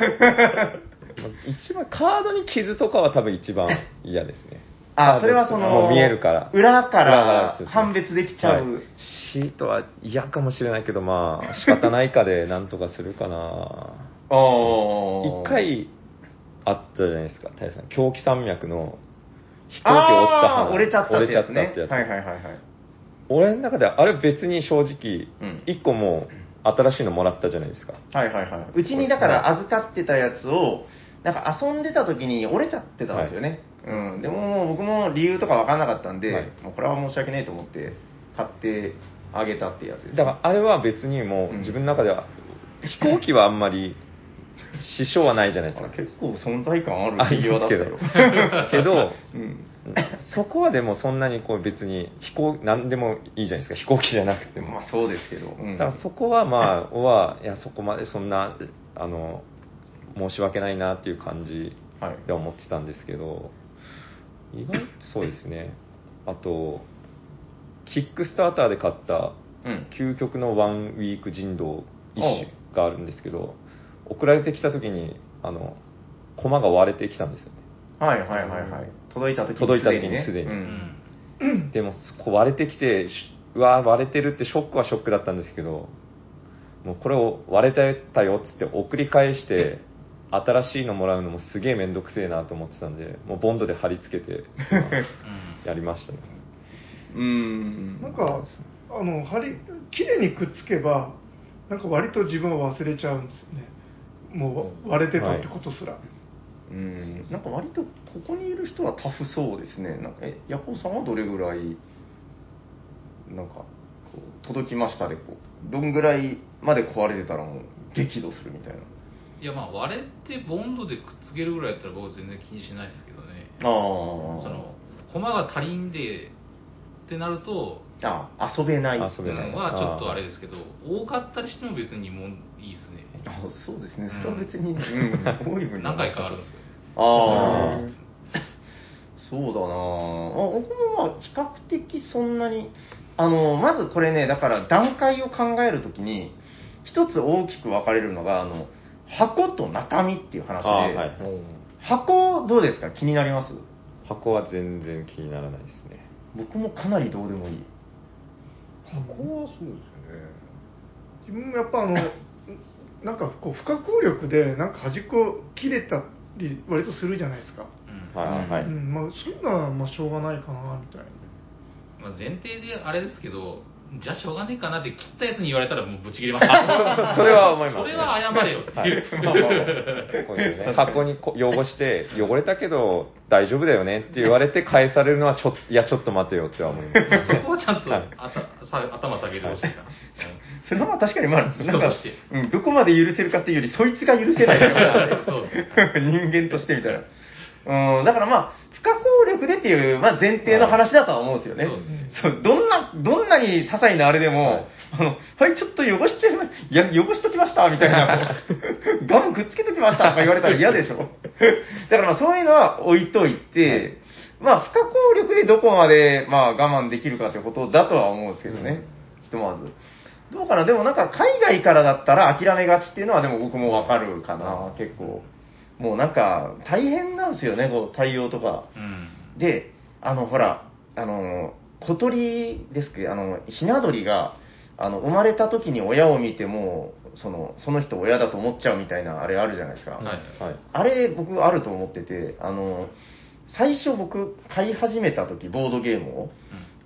[SPEAKER 5] 一番、カードに傷とかは多分一番嫌ですね。
[SPEAKER 2] あ、それはその、
[SPEAKER 5] もう見えるから。
[SPEAKER 2] 裏から
[SPEAKER 5] 裏
[SPEAKER 2] 判別できちゃう。
[SPEAKER 5] はいシートは嫌かもしれないけど、まあ、仕方ないかでなんとかする かな。
[SPEAKER 2] あ
[SPEAKER 5] 一
[SPEAKER 2] あ。
[SPEAKER 5] 回あったじゃないですか、太陽さん。狂気山脈の飛行機折った
[SPEAKER 2] あ
[SPEAKER 5] 花
[SPEAKER 2] ー折れちゃったっ
[SPEAKER 5] 折
[SPEAKER 2] て
[SPEAKER 5] れ
[SPEAKER 2] や
[SPEAKER 5] ちゃっ
[SPEAKER 2] つ
[SPEAKER 5] た
[SPEAKER 2] ね。
[SPEAKER 5] ってやつ。
[SPEAKER 2] はいはいはいはい。
[SPEAKER 5] 俺の中では、あれ別に正直
[SPEAKER 2] うん、
[SPEAKER 5] 一個もう新しいのもらったじゃないですか。
[SPEAKER 2] はいはいはい。うちにだから預かってたやつを、なんか遊んでた時に折れちゃってたんですよね。うん。でももう僕も理由とかわかんなかったんで、
[SPEAKER 5] はい
[SPEAKER 2] もうこれは申し訳ないと思って、買ってあげたってやつです。
[SPEAKER 5] だからあれは別にもう
[SPEAKER 2] うん
[SPEAKER 5] 自分の中では、飛行機はあんまり支障はないじゃないです
[SPEAKER 2] あ
[SPEAKER 5] か。
[SPEAKER 2] 結構存在感あ
[SPEAKER 5] あ
[SPEAKER 2] る
[SPEAKER 5] り
[SPEAKER 2] 指輪
[SPEAKER 5] ま
[SPEAKER 2] だ
[SPEAKER 5] す
[SPEAKER 2] った
[SPEAKER 5] け
[SPEAKER 2] よ
[SPEAKER 5] ど。。けど、
[SPEAKER 2] うん。
[SPEAKER 5] そこはでもそんなにこう別に飛行、なんでもいいじゃないですか、飛行機じゃなくて
[SPEAKER 2] でも
[SPEAKER 5] も。
[SPEAKER 2] まあそうですけど。うん
[SPEAKER 5] だからそこはまあ、は、いや、そこまでそんな、あの、申し訳ないなっていう感じ
[SPEAKER 2] はい。
[SPEAKER 5] で思ってたんですけど、意外とそうですね。あと、キックスターターで買った
[SPEAKER 2] うん。
[SPEAKER 5] 究極のワンウィーク人道一種があるんですけど送られてきた時にあの駒が割れてきたんですよね
[SPEAKER 2] はいはいはいはい。届いた時
[SPEAKER 5] 届いた時
[SPEAKER 2] に
[SPEAKER 5] にすでに
[SPEAKER 2] う
[SPEAKER 1] うんん。
[SPEAKER 5] でもそこう割れてきてしうわー割れてるってショックはショックだったんですけどもうこれを割れたよっつって送り返して新しいのもらうのもすげえ面倒くせえなと思ってたんでもうボンドで貼り付けて
[SPEAKER 1] うん
[SPEAKER 5] やりましたね
[SPEAKER 2] うーん。
[SPEAKER 3] なんかあの貼り綺麗にくっつけばなんか割と自分は忘れちゃうんですよねもう割れてたってことすら、
[SPEAKER 2] うん、なんか割とここにいる人はタフそうですね。なんかえ、ヤコウさんはどれぐらいなんか、こう届きましたで、こう、どんぐらいまで壊れてたらもう激怒するみたいな。
[SPEAKER 1] いやまあ割れてボンドでくっつけるぐらいやったら僕全然気にしないですけどね
[SPEAKER 2] あー
[SPEAKER 1] その駒が足りんでってなると
[SPEAKER 2] ああ、遊べない。
[SPEAKER 5] 遊
[SPEAKER 1] う
[SPEAKER 5] べ
[SPEAKER 1] ん
[SPEAKER 5] ない
[SPEAKER 1] はちょっとあれですけど多かったりしても別にもういいですね
[SPEAKER 2] あそうですね、それは別に、うん、多い分
[SPEAKER 1] 何回かあるんですけ
[SPEAKER 2] ああ
[SPEAKER 5] うん、
[SPEAKER 2] そうだなあ、僕もまあ、比較的そんなに、あの、まずこれね、だから段階を考えるときに、一つ大きく分かれるのが、あの、箱と中身っていう話で、
[SPEAKER 5] あーはい
[SPEAKER 2] 箱どうですか気になります
[SPEAKER 5] 箱は全然気にならないですね
[SPEAKER 2] 僕もかなりどうでもいい。
[SPEAKER 4] 箱はそうですよね。
[SPEAKER 3] 自分もやっぱあのなんかこう不可抗力でなんか端っこ切れたり割とするじゃないですか、
[SPEAKER 1] ど、
[SPEAKER 5] はいはいはい、
[SPEAKER 3] うんまあ、そういうのはまあしょうがないかなみたいな
[SPEAKER 1] うんまあ、前提であれですけどじゃあしょうがねえかなって切ったやつに言われたらもうブチ切れますそ
[SPEAKER 5] それは思いますね
[SPEAKER 1] それは謝れよって
[SPEAKER 5] はい
[SPEAKER 1] いう、
[SPEAKER 5] こういうね箱にこ汚して 汚れたけど大丈夫だよねって言われて返されるのはちょっといやちょっと待てよっては思いますね
[SPEAKER 1] そこはちゃんとあたさ頭下げてほしいな、
[SPEAKER 2] それはまあ確かにまあ、なん
[SPEAKER 1] 人
[SPEAKER 2] か
[SPEAKER 1] として、
[SPEAKER 2] うん、どこまで許せるかっていうより、そいつが許せないから
[SPEAKER 1] そう
[SPEAKER 2] 人間としてみたいな。うん、だからまあ、不可抗力でっていう、まあ、前提の話だとは思うんですよね。
[SPEAKER 1] はいそうで
[SPEAKER 2] そうどんな、どんなに些細なあれでも、
[SPEAKER 5] はい
[SPEAKER 2] あの、はい、ちょっと汚しちゃいま、いや、汚しときました、みたいな、こうガムくっつけときました、とか言われたら嫌でしょ。だからまあ、そういうのは置いといて、まあ、不可抗力でどこまで、まあ、我慢できるかってことだとは思うんですけどね。ひとまず。どうかなでもなんか海外からだったら諦めがちっていうのはでも僕もわかるかな、結構。もうなんか大変なんですよね、こう対応とか。
[SPEAKER 1] うん
[SPEAKER 2] で、あの、ほら、あの、小鳥ですけど、あの、ひな鳥が、あの、生まれた時に親を見ても、その、その人親だと思っちゃうみたいな、あれあるじゃないですか。
[SPEAKER 1] はい
[SPEAKER 5] はい
[SPEAKER 2] あれ、僕、あると思ってて、あの、最初僕、買い始めた時、ボードゲームを、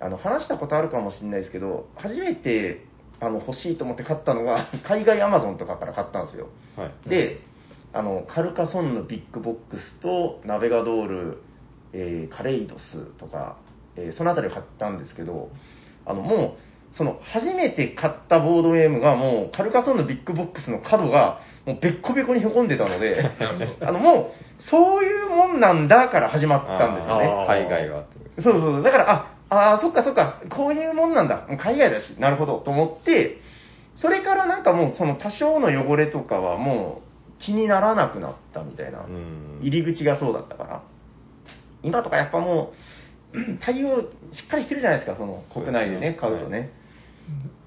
[SPEAKER 2] あの、話したことあるかもしれないですけど、初めて、あの、欲しいと思って買ったのが、 海外アマゾンとかから買ったんですよ。
[SPEAKER 5] はい
[SPEAKER 2] で、あの、カルカソンのビッグボックスと、ナベガドール、えーカレイドスとか、えーそのあたりを買ったんですけど、あの、もう、その、初めて買ったボードゲームが、もう、カルカソンのビッグボックスの角が、もう、べっこべこに凹んでたの で、あの、もう、そういうもんなんだから始まったんですよね。
[SPEAKER 5] あー海外はってことです
[SPEAKER 2] そうそう、だから、あ、あーそっかそっか、こういうもんなんだ、もう海外だし、なるほど、と思って、それからなんかもう、その多少の汚れとかはもう気にならなくなったみたいな、
[SPEAKER 5] うん
[SPEAKER 2] 入り口がそうだったから、今とかやっぱもう、うん対応しっかりしてるじゃないですか、その
[SPEAKER 5] そうですね
[SPEAKER 2] 国内でね、買うとね。
[SPEAKER 3] うん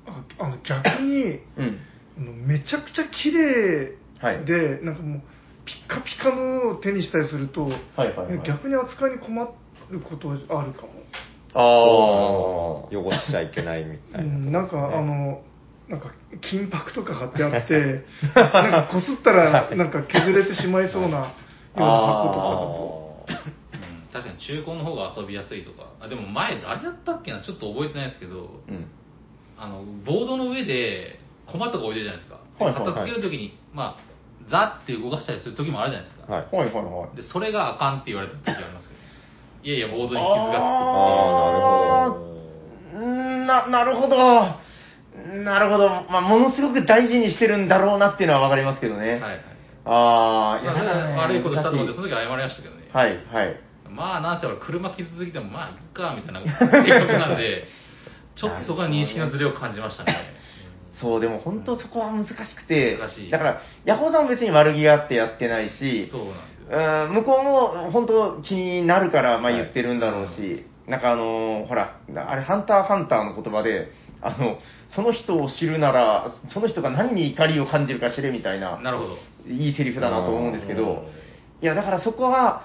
[SPEAKER 3] ああの逆 に
[SPEAKER 2] うん。
[SPEAKER 3] あのめちゃくちゃ綺麗
[SPEAKER 2] はい
[SPEAKER 3] で、なんかもうピッカピカのを手にしたりすると、
[SPEAKER 2] はいはいはい
[SPEAKER 3] 逆に扱いに困ることあるかも、
[SPEAKER 2] ああー。
[SPEAKER 5] 汚しちゃいけないみた
[SPEAKER 3] う
[SPEAKER 5] いな、
[SPEAKER 3] ん、なんかあのなんか金箔とか貼ってあってなんかこすったらなんか削れてしまいそうなような箱とかだと
[SPEAKER 1] うん確かに中古の方が遊びやすいとかあでも前誰だったっけなちょっと覚えてないですけど
[SPEAKER 2] うん。
[SPEAKER 1] あのボードの上で駒とか置いてるじゃないですかで
[SPEAKER 2] はいはいはい
[SPEAKER 1] 片付けるときに、まあザッて動かしたりする時もあるじゃないですか、
[SPEAKER 5] はい
[SPEAKER 2] はいはいはい。
[SPEAKER 1] でそれがあかんって言われた時ありますけどいやいやボードに傷が
[SPEAKER 5] あ
[SPEAKER 2] あ
[SPEAKER 5] ーなる
[SPEAKER 2] ー
[SPEAKER 5] ほ
[SPEAKER 2] な
[SPEAKER 5] ど
[SPEAKER 2] なるほどなるほど、まあ、ものすごく大事にしてるんだろうなっていうのは分かりますけどね、
[SPEAKER 1] つくはいはい
[SPEAKER 2] あ
[SPEAKER 1] まあ、
[SPEAKER 2] あ
[SPEAKER 1] だから悪いことしたと思ってそ
[SPEAKER 2] は
[SPEAKER 1] の時謝りましたけどね、
[SPEAKER 2] いはい
[SPEAKER 1] まあなんせ俺車傷ついてもまあいっかみたいな性格なん でちょっとそこは認識のズレを感じましたね
[SPEAKER 2] そうでも本当そこは難しくて
[SPEAKER 1] 難しい
[SPEAKER 2] だからヤホーさんも別に悪気があってやってないし
[SPEAKER 1] そうなんですよ
[SPEAKER 2] うん向こうも本当気になるから、まあ、
[SPEAKER 5] はい
[SPEAKER 2] 言ってるんだろうし、なんかあのーほら、あれ、ハンターハンターの言葉で、あの、その人を知るなら、その人が何に怒りを感じるか知れみたいな、
[SPEAKER 1] なるほど
[SPEAKER 2] いいセリフだなと思うんですけど、いや、だからそこは、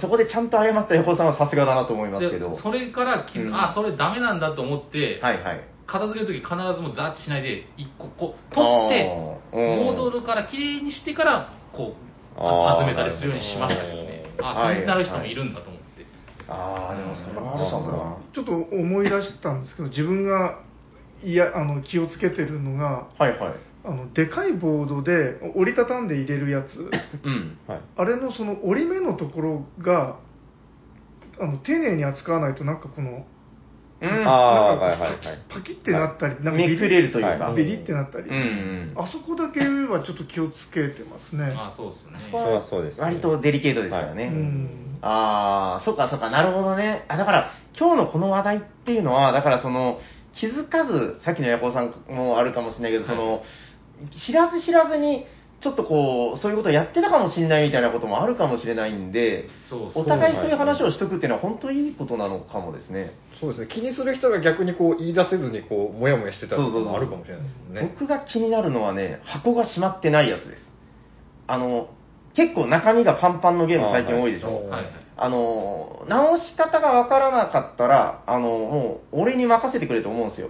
[SPEAKER 2] そこでちゃんと謝った横尾さんはさすがだなと思いますけど、
[SPEAKER 1] でそれから気づ、
[SPEAKER 2] うん
[SPEAKER 1] あそれダメなんだと思って、
[SPEAKER 2] はいはい。
[SPEAKER 1] 片付ける時必ずもうザッとしないで一個こう取って
[SPEAKER 2] あーうん
[SPEAKER 1] ボードルからきれいにしてからこう
[SPEAKER 5] あ
[SPEAKER 1] あ集
[SPEAKER 5] ー
[SPEAKER 1] めたりするようにしましたけどねあ
[SPEAKER 2] はい
[SPEAKER 1] 気になる人もいるんだと思って、
[SPEAKER 2] ああ、でもそれはあ
[SPEAKER 3] ちょっと思い出したんですけど自分がいやあの気をつけてるのが
[SPEAKER 2] るかな。はいはい。
[SPEAKER 3] あのでかいボードで折りたたんで入れ るやつ
[SPEAKER 2] うん。
[SPEAKER 5] はい
[SPEAKER 3] あれのその折り目のところがあの丁寧に扱わないとなんかこの
[SPEAKER 2] うん
[SPEAKER 5] ああー、
[SPEAKER 3] なんか
[SPEAKER 5] はいはいはい。
[SPEAKER 3] パキってなったり、なんか
[SPEAKER 2] めくれるという
[SPEAKER 5] は
[SPEAKER 2] か。
[SPEAKER 5] い
[SPEAKER 3] ビリってなったり、
[SPEAKER 2] うんうん
[SPEAKER 3] あそこだけはちょっと気をつけてますね。
[SPEAKER 1] あそうですね。
[SPEAKER 5] それはそうですね
[SPEAKER 2] 割とデリケートですからね。
[SPEAKER 5] は
[SPEAKER 3] う
[SPEAKER 5] い
[SPEAKER 3] ん、
[SPEAKER 2] ああ、そっかそっか、なるほどね。あ、だから、今日のこの話題っていうのは、だからその、気づかず、さっきのヤコウさんもあるかもしれないけど、その、知らず知らずに、ちょっとこう、そういうことをやってたかもしれないみたいなこともあるかもしれないんで、
[SPEAKER 1] そうそう
[SPEAKER 2] お互いそういう話をしとくっていうのは本当にいいことなのかもですね。
[SPEAKER 4] そうですね。気にする人が逆にこう言い出せずにこうモヤモヤしてたりとかもあるかもしれないですもん ね。
[SPEAKER 2] 僕が気になるのはね、箱が閉まってないやつです。あの、結構中身がパンパンのゲーム最近多いでしょ。
[SPEAKER 4] あーはい
[SPEAKER 1] はいはい。
[SPEAKER 2] あの、直し方がわからなかったら、あの、もう、俺に任せてくれと思うんですよ。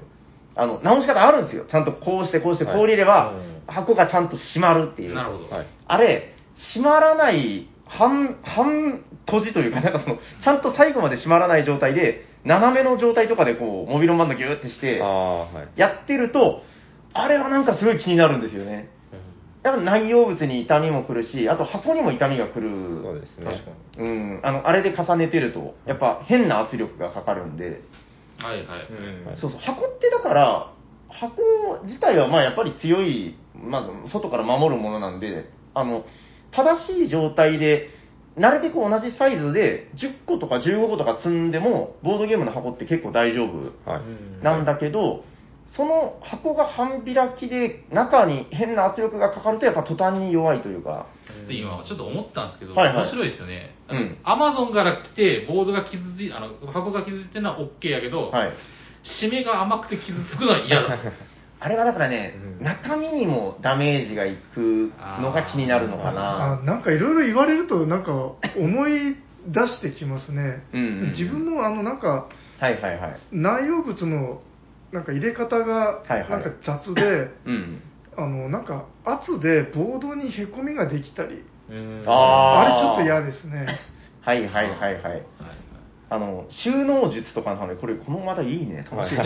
[SPEAKER 2] あの、直し方あるんですよ。ちゃんとこうして、こうして、こう入れれば、
[SPEAKER 4] はいうん
[SPEAKER 2] 箱がちゃんと閉まるっていう。
[SPEAKER 1] なるほど。
[SPEAKER 5] はい。
[SPEAKER 2] あれ、閉まらない、半、半閉じというか、なんかその、ちゃんと最後まで閉まらない状態で、斜めの状態とかでこう、モビロンバンドギューってして
[SPEAKER 5] あ、あ、はい。
[SPEAKER 2] やってると、あれはなんかすごい気になるんですよね。やっぱ内容物に痛みも来るし、あと箱にも痛みが来る。
[SPEAKER 5] そうですね。
[SPEAKER 4] 確かに。
[SPEAKER 2] うん、あのあれで重ねてると、やっぱ変な圧力がかかるんで、
[SPEAKER 1] はいはい。
[SPEAKER 4] うん
[SPEAKER 2] そうそう、箱ってだから、箱自体はまあやっぱり強い、まず外から守るものなんで、あの正しい状態で、なるべく同じサイズで、10個とか15個とか積んでも、ボードゲームの箱って結構大丈夫
[SPEAKER 5] は
[SPEAKER 4] う
[SPEAKER 5] い。
[SPEAKER 4] ん
[SPEAKER 2] なんだけど、その箱が半開きで、中に変な圧力がかかると、やっぱ途端に弱いというか、
[SPEAKER 1] で今ちょっと思ったんですけど、
[SPEAKER 2] はいはい
[SPEAKER 1] 面白いですよね
[SPEAKER 2] うん。
[SPEAKER 1] アマゾンから来てボードが傷ついあの箱が傷ついてるのは OK やけど、
[SPEAKER 2] はい、
[SPEAKER 1] 締めが甘くて傷つくのは嫌だ。
[SPEAKER 2] あれはだからね、
[SPEAKER 4] うん
[SPEAKER 2] 中身にもダメージがいくのが気になるのか
[SPEAKER 3] あ
[SPEAKER 2] な。
[SPEAKER 3] なんかいろいろ言われると、なんか思い出してきますね。
[SPEAKER 2] うんうんうん
[SPEAKER 3] 自分もあのなんか
[SPEAKER 2] はいはいはい。
[SPEAKER 3] 内容物のなんか入れ方が
[SPEAKER 2] はいはい
[SPEAKER 3] なんか雑で、
[SPEAKER 2] うん。
[SPEAKER 3] あのなんか圧でボードにへこみができたり、
[SPEAKER 4] うん
[SPEAKER 2] あー
[SPEAKER 3] あれちょっと嫌です ね。
[SPEAKER 2] はいはいはいはい。
[SPEAKER 1] はいはい
[SPEAKER 2] あの、収納術とかの話、これ、このまたいいね、楽しい、ね。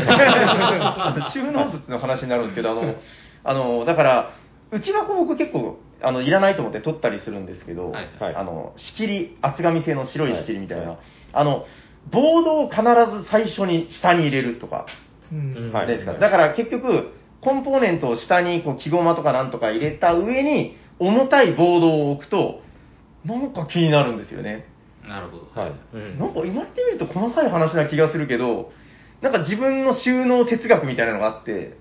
[SPEAKER 2] 収納術の話になるんですけど、あの、あの、だから、内箱僕結構、あの、いらないと思って取ったりするんですけど、
[SPEAKER 1] はい
[SPEAKER 5] はい
[SPEAKER 2] あの、仕切り、厚紙製の白い仕切りみたいな、
[SPEAKER 5] はい
[SPEAKER 2] あの、ボードを必ず最初に下に入れるとか、
[SPEAKER 3] うん
[SPEAKER 5] はい
[SPEAKER 2] ですか。だから結局、コンポーネントを下にこう木駒とかなんとか入れた上に、重たいボードを置くと、なんか気になるんですよね。
[SPEAKER 1] なるほど。
[SPEAKER 5] はい。
[SPEAKER 4] うん
[SPEAKER 2] なんか言われてみると細かい話な気がするけど、なんか自分の収納哲学みたいなのがあって、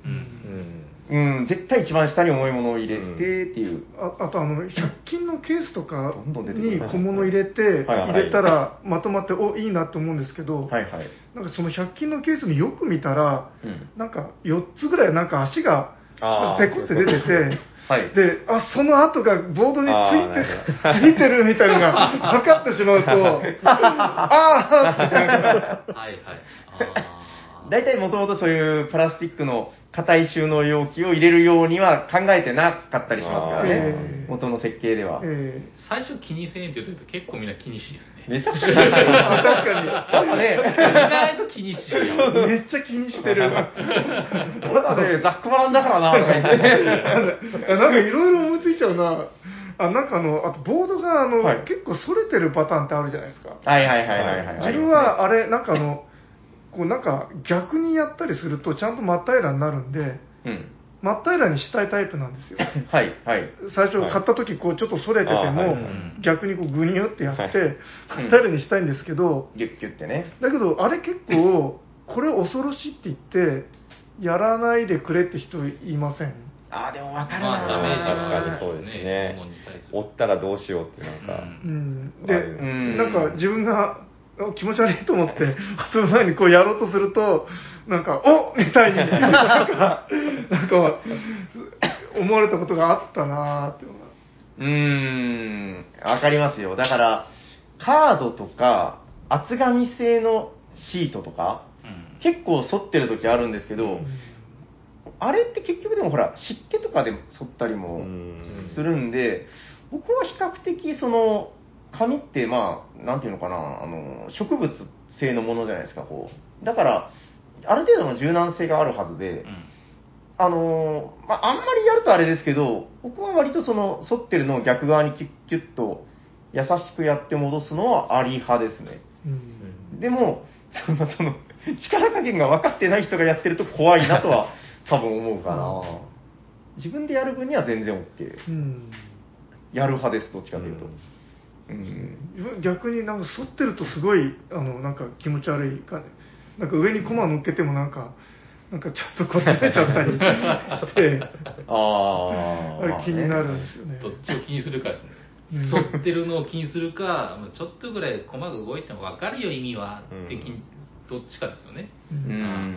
[SPEAKER 1] うん
[SPEAKER 4] うん
[SPEAKER 2] うん、絶対一番下に重いものを入れてっていう。
[SPEAKER 3] ああとあの100均のケースとか
[SPEAKER 2] どんどん出てくる
[SPEAKER 3] に小物入れて
[SPEAKER 2] はいはい
[SPEAKER 3] 入れたらまとまっておいいなと思うんですけど、
[SPEAKER 2] はいはい。
[SPEAKER 3] なんかその100均のケースによく見たら
[SPEAKER 2] うん。
[SPEAKER 3] なんか4つぐらいなんか足が
[SPEAKER 5] あー
[SPEAKER 3] ペコって出てて。
[SPEAKER 2] はい。
[SPEAKER 3] で、あ、その後がボードに
[SPEAKER 5] あ
[SPEAKER 3] つい
[SPEAKER 5] ー
[SPEAKER 3] て
[SPEAKER 5] な
[SPEAKER 3] る
[SPEAKER 5] る、
[SPEAKER 3] ついてるみたいなのが分かってしまう と、あーってなんか
[SPEAKER 1] はいはい。あー
[SPEAKER 2] 大体もともとそういうプラスチックの硬い収納容器を入れるようには考えてなかったりしますから
[SPEAKER 3] え
[SPEAKER 2] ね
[SPEAKER 3] え。
[SPEAKER 2] 元の設計では。
[SPEAKER 3] え
[SPEAKER 1] 最初気にせんって言うと結構みんな気にしいです ね。
[SPEAKER 2] めちゃくちゃ楽しい
[SPEAKER 3] えあ確かに。
[SPEAKER 2] なんかね、
[SPEAKER 1] 意外と気にしい。
[SPEAKER 3] めっちゃ気にしてる。
[SPEAKER 2] 俺らね、ざっくばらんだからな、とか言って。
[SPEAKER 3] なんかいろいろ思いついちゃうな。あなんかあの、あとボードがあの、
[SPEAKER 2] はい
[SPEAKER 3] 結構それてるパターンってあるじゃないですか。
[SPEAKER 2] はいはいはいはいはい。
[SPEAKER 3] 自分はあれ、なんかあの、こうなんか逆にやったりするとちゃんと真っ平らになるんで、
[SPEAKER 2] うん。
[SPEAKER 3] 真っ平らにしたいタイプなんですよ。
[SPEAKER 2] はいはい。
[SPEAKER 3] 最初
[SPEAKER 5] はい
[SPEAKER 3] 買った時こうちょっとそれてて
[SPEAKER 5] あーはい
[SPEAKER 3] も、
[SPEAKER 5] はい
[SPEAKER 3] 逆にこうグニュってやって、
[SPEAKER 5] はい
[SPEAKER 3] 真っ平らにしたいんですけど、
[SPEAKER 2] ギュッギュッてね。
[SPEAKER 3] だけどあれ結構、これ恐ろしいって言って、やらないでくれって人いません
[SPEAKER 2] ああ、でも分かる
[SPEAKER 1] まあダメージ
[SPEAKER 2] な
[SPEAKER 1] は
[SPEAKER 5] 確かにそうですね
[SPEAKER 1] 物に対す。る
[SPEAKER 5] 折ったらどうしようっていうなんか。
[SPEAKER 1] うん
[SPEAKER 3] うん、
[SPEAKER 5] は
[SPEAKER 3] で、
[SPEAKER 5] い
[SPEAKER 2] うん
[SPEAKER 3] なんか自分があ気持ち悪いと思って、 その前にこうやろうとすると、なんか、おみ たいに、なんか、なんか、思われたことがあったなーっていうのが
[SPEAKER 2] うーん、分かりますよ。だから、カードとか、厚紙製のシートとか、
[SPEAKER 1] うん
[SPEAKER 2] 結構反ってる時あるんですけど、あれって結局でもほら、湿気とかで反ったり
[SPEAKER 5] う
[SPEAKER 2] も
[SPEAKER 5] ん
[SPEAKER 2] するんで、僕は比較的その、紙ってまあ、なんていうのかな、あの、植物性のものじゃないですか、こう。だから、ある程度の柔軟性があるはずで、
[SPEAKER 1] うん
[SPEAKER 2] あのーまあ、あんまりやるとあれですけど、僕は割とその、反ってるのを逆側にキュッキュッと、優しくやって戻すのはあり派ですね。
[SPEAKER 3] うん
[SPEAKER 2] でも、その、その、力加減が分かってない人がやってると怖いなと は多分思うかな。自分でやる分には全然 OK。
[SPEAKER 3] うん
[SPEAKER 2] やる派です、どっちかというと。うん。
[SPEAKER 3] 逆になんか反ってるとすごいあのなんか気持ち悪いかなんか上にコマ乗っけてもなんかなんかちょっとこすれちゃったりして
[SPEAKER 5] あ
[SPEAKER 3] あれ気になるんです
[SPEAKER 5] よ。
[SPEAKER 3] よね
[SPEAKER 1] どっちを気にするかですね
[SPEAKER 3] うん
[SPEAKER 1] 反ってるのを気にするかまあちょっとぐらい駒が動いても分かるよ意味は
[SPEAKER 5] うん
[SPEAKER 1] って気にどっちかですよね
[SPEAKER 3] う
[SPEAKER 2] うんん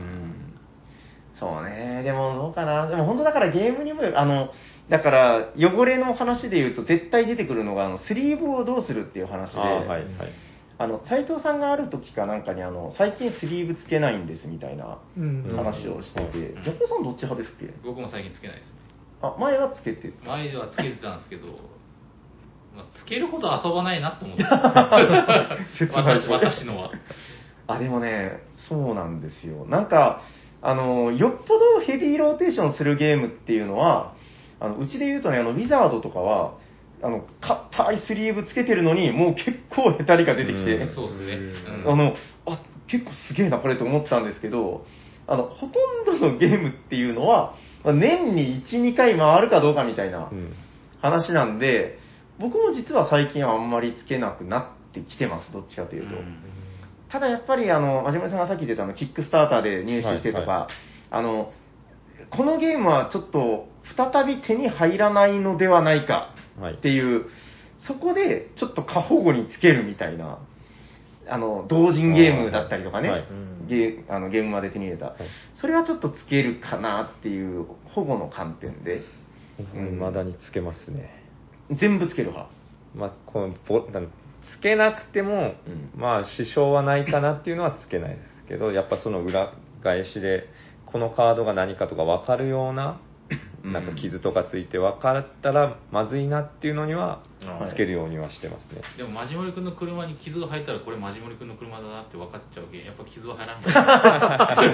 [SPEAKER 2] そうね、でもどうかな、でも本当だからゲームにもよ、あのだから汚れの話で言うと、絶対出てくるのが、あのスリーブをどうするっていう話で、
[SPEAKER 5] ああー、はい、はい。
[SPEAKER 2] あの斉藤さんがある時かなんかにあの、最近スリーブつけないんですみたいな
[SPEAKER 3] うん
[SPEAKER 2] 話をしていて、
[SPEAKER 1] うん
[SPEAKER 2] 横尾さん、どっち派ですっけ
[SPEAKER 1] 僕も最近つけないですね
[SPEAKER 2] あ前はつけて、
[SPEAKER 1] 前はつけてたんですけど、まあ、つけるほど遊ばないなと思って
[SPEAKER 2] 切ない
[SPEAKER 1] 私私のは
[SPEAKER 2] あでもね、そうなんですよ、なんかあの、よっぽどヘビーローテーションするゲームっていうのは、あのうちで言うとね、あのウィザードとかは、あの硬いスリーブつけてるのに、もう結構へたりが出てきて、
[SPEAKER 5] うん
[SPEAKER 1] そうですね、うん
[SPEAKER 2] あのあ結構すげえな、これと思ったんですけど、あのほとんどのゲームっていうのは、まあ年に1、2回回るかどうかみたいな
[SPEAKER 5] うん
[SPEAKER 2] 話なんで、僕も実は最近はあんまりつけなくなってきてます、どっちかというと。
[SPEAKER 1] うん
[SPEAKER 2] ただやっぱりあの真島さんがさっき言ってたあのキックスターターで入手してとか、
[SPEAKER 5] はいは
[SPEAKER 2] あのこのゲームはちょっと再び手に入らないのではないか
[SPEAKER 5] はい
[SPEAKER 2] っていう、そこでちょっと過保護につけるみたいなあの同人ゲームだったりとかね、
[SPEAKER 5] はい
[SPEAKER 2] ゲーあのゲームまで手に入れた、
[SPEAKER 5] い
[SPEAKER 2] それはちょっとつけるかなっていう保護の観点でうん
[SPEAKER 5] まだにつけますね。
[SPEAKER 2] 全部つける派
[SPEAKER 5] まあ、このぼなんつけなくても、
[SPEAKER 2] うん
[SPEAKER 5] まあ、支障はないかなっていうのはつけないですけど、やっぱその裏返しで、このカードが何かとか分かるような、
[SPEAKER 2] うん
[SPEAKER 5] なんか傷とかついて分かったらまずいなっていうのには
[SPEAKER 2] はい、
[SPEAKER 5] つけるようにはしてますね。
[SPEAKER 1] でもマジモリ君の車に傷が入ったらこれマジモリ君の車だなって分かっちゃうけんやっぱ傷は入らん か
[SPEAKER 2] 分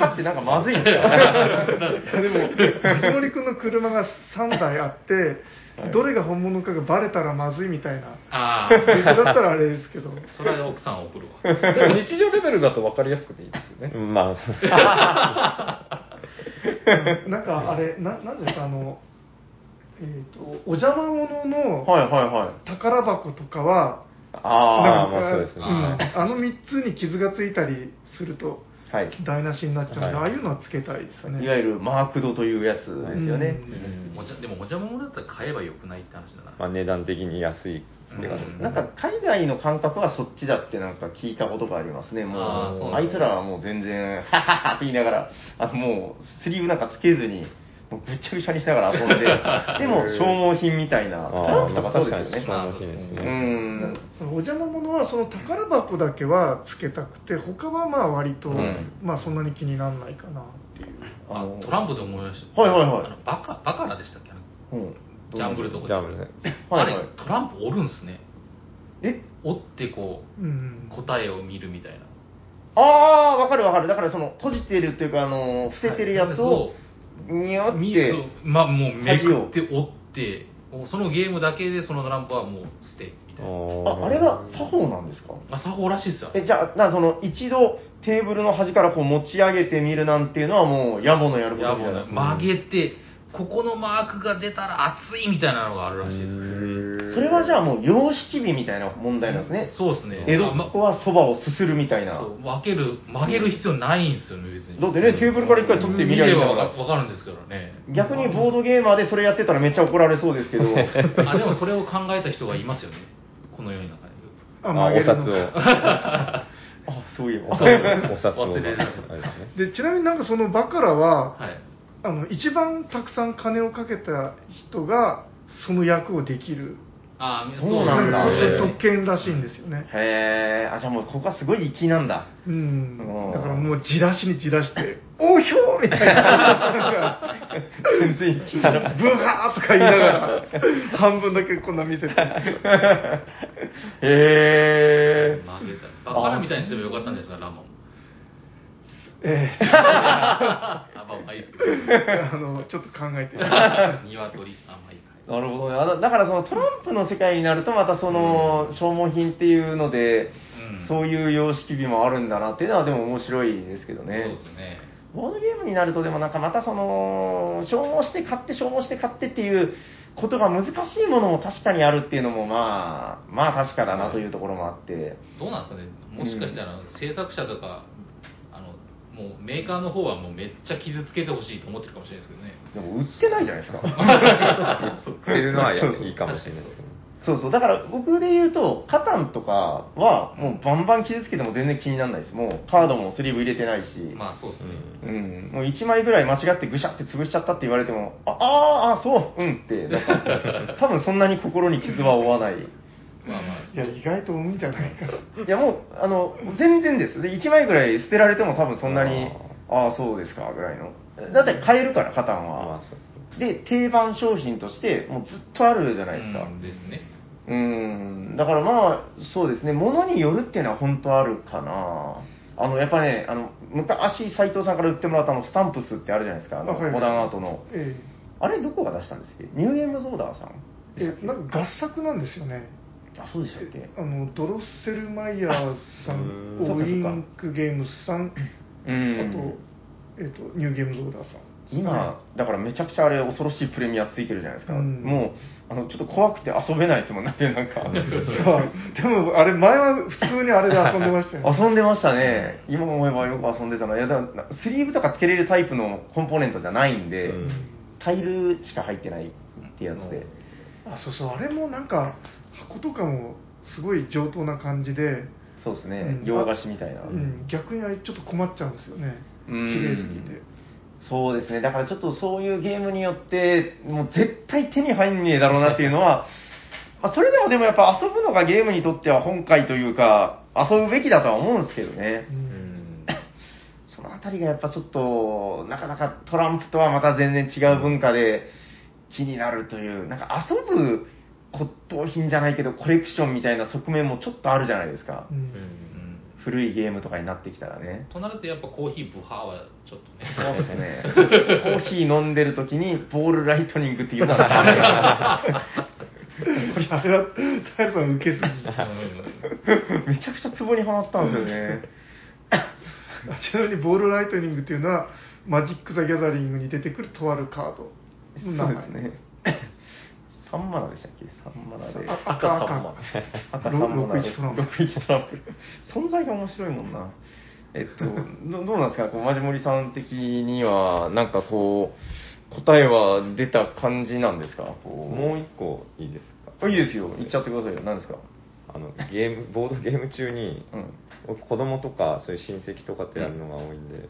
[SPEAKER 2] かってなんかまずいんですよ
[SPEAKER 3] でも藤森君の車が3台あって、どれが本物かがバレたらまずいみたいな
[SPEAKER 1] ああ
[SPEAKER 3] 僕だったらあれで すけど
[SPEAKER 1] それは奥さんを怒るわ
[SPEAKER 4] でも日常レベルだと分かりやすくていいですよ ね。
[SPEAKER 5] まあ、
[SPEAKER 3] なんかあれななんですかあのえっ、とお邪魔者の
[SPEAKER 2] はいはいはい
[SPEAKER 3] 宝箱とかはな
[SPEAKER 5] ああ、
[SPEAKER 3] んか
[SPEAKER 5] まあそうです
[SPEAKER 3] う
[SPEAKER 5] ね。
[SPEAKER 3] んあの3つに傷がついたりすると
[SPEAKER 2] はい
[SPEAKER 3] 台無しになっちゃうんで、
[SPEAKER 5] はい
[SPEAKER 3] ああいうのはつけたいですね
[SPEAKER 2] いわゆるマークドというやつですよね。
[SPEAKER 1] お茶でもお邪魔者だったら買えばよくないって話だな、
[SPEAKER 5] まあ、値段的に安いって感じです
[SPEAKER 1] う
[SPEAKER 5] ね。
[SPEAKER 2] なんか海外の感覚はそっちだってなんか聞いたことがありますね。もう、
[SPEAKER 1] あーそう
[SPEAKER 2] あ
[SPEAKER 1] なんだ
[SPEAKER 2] いつらはもう全然、はははって言いながら、あのもうスリーブなんかつけずに、もうぐっちゃぐちゃにしながら遊んで、でも消耗品みたいな、トランプとかそうですよね。
[SPEAKER 5] まあ確かにそうです
[SPEAKER 2] う
[SPEAKER 5] ね
[SPEAKER 2] ん。
[SPEAKER 3] お邪魔者はその宝箱だけはつけたくて他はまあ割と、
[SPEAKER 2] うん
[SPEAKER 3] まあそんなに気にならないかなっていう
[SPEAKER 1] あ
[SPEAKER 2] の
[SPEAKER 1] トランプで思い出した
[SPEAKER 2] はいはいはい
[SPEAKER 1] あのバカバカラでしたっけあの
[SPEAKER 2] うん
[SPEAKER 1] ジャンブルとか
[SPEAKER 5] ジャンブルね
[SPEAKER 1] あ
[SPEAKER 2] はい
[SPEAKER 1] れ
[SPEAKER 2] はい
[SPEAKER 1] トランプ折るんすね
[SPEAKER 2] え
[SPEAKER 1] 折ってこ
[SPEAKER 3] う
[SPEAKER 1] うん答えを見るみたいな
[SPEAKER 2] ああ、わかるわかる。だからその閉じてるっていうか、あの、伏せてるやつを、にゃ
[SPEAKER 1] そ
[SPEAKER 2] っ
[SPEAKER 1] う見
[SPEAKER 2] て、
[SPEAKER 1] そうまあもうめくって折ってもうそのゲームだけでそのトランプはもう捨てみたいな
[SPEAKER 2] あ、あれは作法なんですか
[SPEAKER 1] まあ作法らしいっすよあれ
[SPEAKER 2] えじゃあ、なその一度テーブルの端からこう持ち上げてみるなんていうのはもう野暮のやること
[SPEAKER 1] や
[SPEAKER 2] み
[SPEAKER 1] も
[SPEAKER 2] たいうな
[SPEAKER 1] な曲げてここのマークが出たら熱いみたいなのがあるらしいですね
[SPEAKER 2] それはじゃあもう様式美みたいな問題なんですね、
[SPEAKER 1] そうですね
[SPEAKER 2] 江戸
[SPEAKER 1] あま
[SPEAKER 2] っ子はそばをすするみたいな、
[SPEAKER 1] そう分ける曲げる必要ないんですよね別に
[SPEAKER 2] だってねテーブルから一回取ってみりゃいいんだか
[SPEAKER 1] 見れば
[SPEAKER 2] ら
[SPEAKER 1] 分かるんですからね
[SPEAKER 2] 逆にボードゲーマーでそれやってたらめっちゃ怒られそうです けど
[SPEAKER 1] あでもそれを考えた人がいますよねこの世の中 に
[SPEAKER 5] あ
[SPEAKER 3] 曲げ
[SPEAKER 5] お
[SPEAKER 3] るの
[SPEAKER 5] 札を。
[SPEAKER 2] あそういえば
[SPEAKER 5] お札を。お札
[SPEAKER 1] 忘
[SPEAKER 5] を。
[SPEAKER 1] れられない
[SPEAKER 5] あれですね
[SPEAKER 3] でちなみになんかそのバカラは、
[SPEAKER 1] はい
[SPEAKER 3] あの一番たくさん金をかけた人がその役をできる
[SPEAKER 1] ああ
[SPEAKER 2] そうなんだ
[SPEAKER 3] そうい
[SPEAKER 2] へ
[SPEAKER 3] う
[SPEAKER 2] ー
[SPEAKER 3] 特権らしいんですよね
[SPEAKER 2] へえあじゃあもうここはすごい粋なんだ
[SPEAKER 3] うん
[SPEAKER 2] うん
[SPEAKER 3] だからもうじらしにじらして「おひょー!」みたいななんか
[SPEAKER 2] 全然粋じゃない
[SPEAKER 3] ブハーとか言いながら半分だけこんな見せて
[SPEAKER 2] へえ
[SPEAKER 1] 曲げたバカラみたいにすればよかったんですがラーマンも
[SPEAKER 3] えー
[SPEAKER 1] あまあまあいいですけ ど
[SPEAKER 3] あのちょっと考えてみます
[SPEAKER 1] 鶏あまあいいか
[SPEAKER 2] なるほどねあだだからそのトランプの世界になるとまたその消耗品っていうので、
[SPEAKER 1] ううん
[SPEAKER 2] そういう様式美もあるんだなっていうのはでも面白いですけど
[SPEAKER 1] そう
[SPEAKER 2] ね
[SPEAKER 1] で。すね。
[SPEAKER 2] ボードゲームになるとでもなんかまたその消耗して買って消耗して買ってっていうことが難しいものも確かにあるっていうのもまあまあ確かだなというところもあって。
[SPEAKER 1] どうなんですかね、もしかしたら制作者とか、あのもうメーカーの方はもうめっちゃ傷つけてほしいと思ってるかもしれないですけどね。
[SPEAKER 2] でも売ってないじゃないですか。
[SPEAKER 5] っていうのはいいかもしれないですね
[SPEAKER 2] そうそう、だから僕で言うと、カタンとかは、もうバンバン傷つけても全然気にならないです。もうカードもスリーブ入れてないし、
[SPEAKER 1] まあそうですね。
[SPEAKER 2] うん、もう1枚ぐらい間違ってぐしゃって潰しちゃったって言われても、ああー、あそう、うん って、なんか多分そんなに心に傷は負わない。
[SPEAKER 1] まあまあ。
[SPEAKER 3] いや、意外と多いんじゃないか。
[SPEAKER 2] いや、もう、あの、全然です。で、1枚ぐらい捨てられても多分そんなに、ああー、そうですか、ぐらいの。だって買えるから、カタン
[SPEAKER 5] まあ
[SPEAKER 2] は
[SPEAKER 5] そう。
[SPEAKER 2] で、定番商品として、もうずっとあるじゃないですか。
[SPEAKER 1] うんですね。
[SPEAKER 2] うーん、だからまあ、そうですね、物によるっていうのは本当あるかな。あの、やっぱね、あの、昔、斎藤さんから売ってもらったあの、スタンプスってあるじゃないですか、あの、
[SPEAKER 3] あはいはい
[SPEAKER 2] モダンアートの。
[SPEAKER 3] え
[SPEAKER 2] あれ、どこが出したんですっけニューゲームズオーダーさん
[SPEAKER 3] えええなんか合作なんですよね。
[SPEAKER 2] あ、そうでしたっけ
[SPEAKER 3] あのドロッセルマイヤーさん、
[SPEAKER 2] う
[SPEAKER 5] あ
[SPEAKER 2] ん
[SPEAKER 3] オーインクゲームズさん、
[SPEAKER 2] う
[SPEAKER 3] あと
[SPEAKER 2] ん。、
[SPEAKER 3] えっと、ニューゲームズオーダーさん。
[SPEAKER 2] 今、だからめちゃくちゃあれ、恐ろしいプレミアついてるじゃないですか。
[SPEAKER 3] うん
[SPEAKER 2] もう、あの、ちょっと怖くて遊べないですもんね、なんか。
[SPEAKER 3] そう でも、あれ、前は普通にあれで遊んで ましたよ、ね。
[SPEAKER 2] 遊んでましたね。今思えばよく遊んでたな。いや、だからスリーブとかつけれるタイプのコンポーネントじゃないんで、
[SPEAKER 5] うん
[SPEAKER 2] タイルしか入ってないってやつで。
[SPEAKER 3] あ、そうそう、あれもなんか、箱とかもすごい上等な感じで、
[SPEAKER 2] そうです
[SPEAKER 3] う
[SPEAKER 2] ね
[SPEAKER 3] ん。
[SPEAKER 2] 洋菓子みたいな。
[SPEAKER 3] うん、逆にあれちょっと困っちゃうんですよね。綺
[SPEAKER 2] うん
[SPEAKER 3] 麗すぎて。
[SPEAKER 2] そうですね。だからちょっとそういうゲームによって、もう絶対手に入んねえだろうなっていうのは、 まあそれでもでもやっぱ遊ぶのがゲームにとっては本懐というか、遊ぶべきだとは思うんですけどね
[SPEAKER 3] う。ん
[SPEAKER 2] そのあたりがやっぱちょっと、なかなかトランプとはまた全然違う文化で気になるという、なんか遊ぶ骨董品じゃないけどコレクションみたいな側面もちょっとあるじゃないですか
[SPEAKER 3] う。
[SPEAKER 4] う ん
[SPEAKER 1] うん
[SPEAKER 4] ん。
[SPEAKER 2] 古いゲームとかになってきたらね。
[SPEAKER 1] となるとやっぱコーヒーブハーはちょっとね。
[SPEAKER 2] そうですね。コーヒー飲んでる時にボールライトニングって言うのはダメだ
[SPEAKER 3] これ、あれは、タイルさん受けすぎ。あ
[SPEAKER 2] なめちゃくちゃツボにはまったんですよね。
[SPEAKER 3] ちなみに、ボールライトニングっていうのは、マジック・ザ・ギャザリングに出てくるとあるカードの 名
[SPEAKER 2] そう
[SPEAKER 3] 前。
[SPEAKER 2] ですね。3マナでしたっけ ?3 マナで。
[SPEAKER 3] あ赤赤
[SPEAKER 2] 赤
[SPEAKER 3] ろ
[SPEAKER 2] 3マナで。
[SPEAKER 3] 61トランプ
[SPEAKER 2] 61トランプ。存在が面白いもんな。えっと、どどうなんですかこう、マジモリさん的には、なんかこう、答えは出た感じなんですかこ
[SPEAKER 5] もう一個いいです
[SPEAKER 2] あ
[SPEAKER 5] か
[SPEAKER 2] いいですよ。言っちゃってくださいよ。何ですか
[SPEAKER 5] あのゲームボードゲーム中に、
[SPEAKER 2] うん。
[SPEAKER 5] 僕子供とかそういう親戚とかってやるのが多いんで、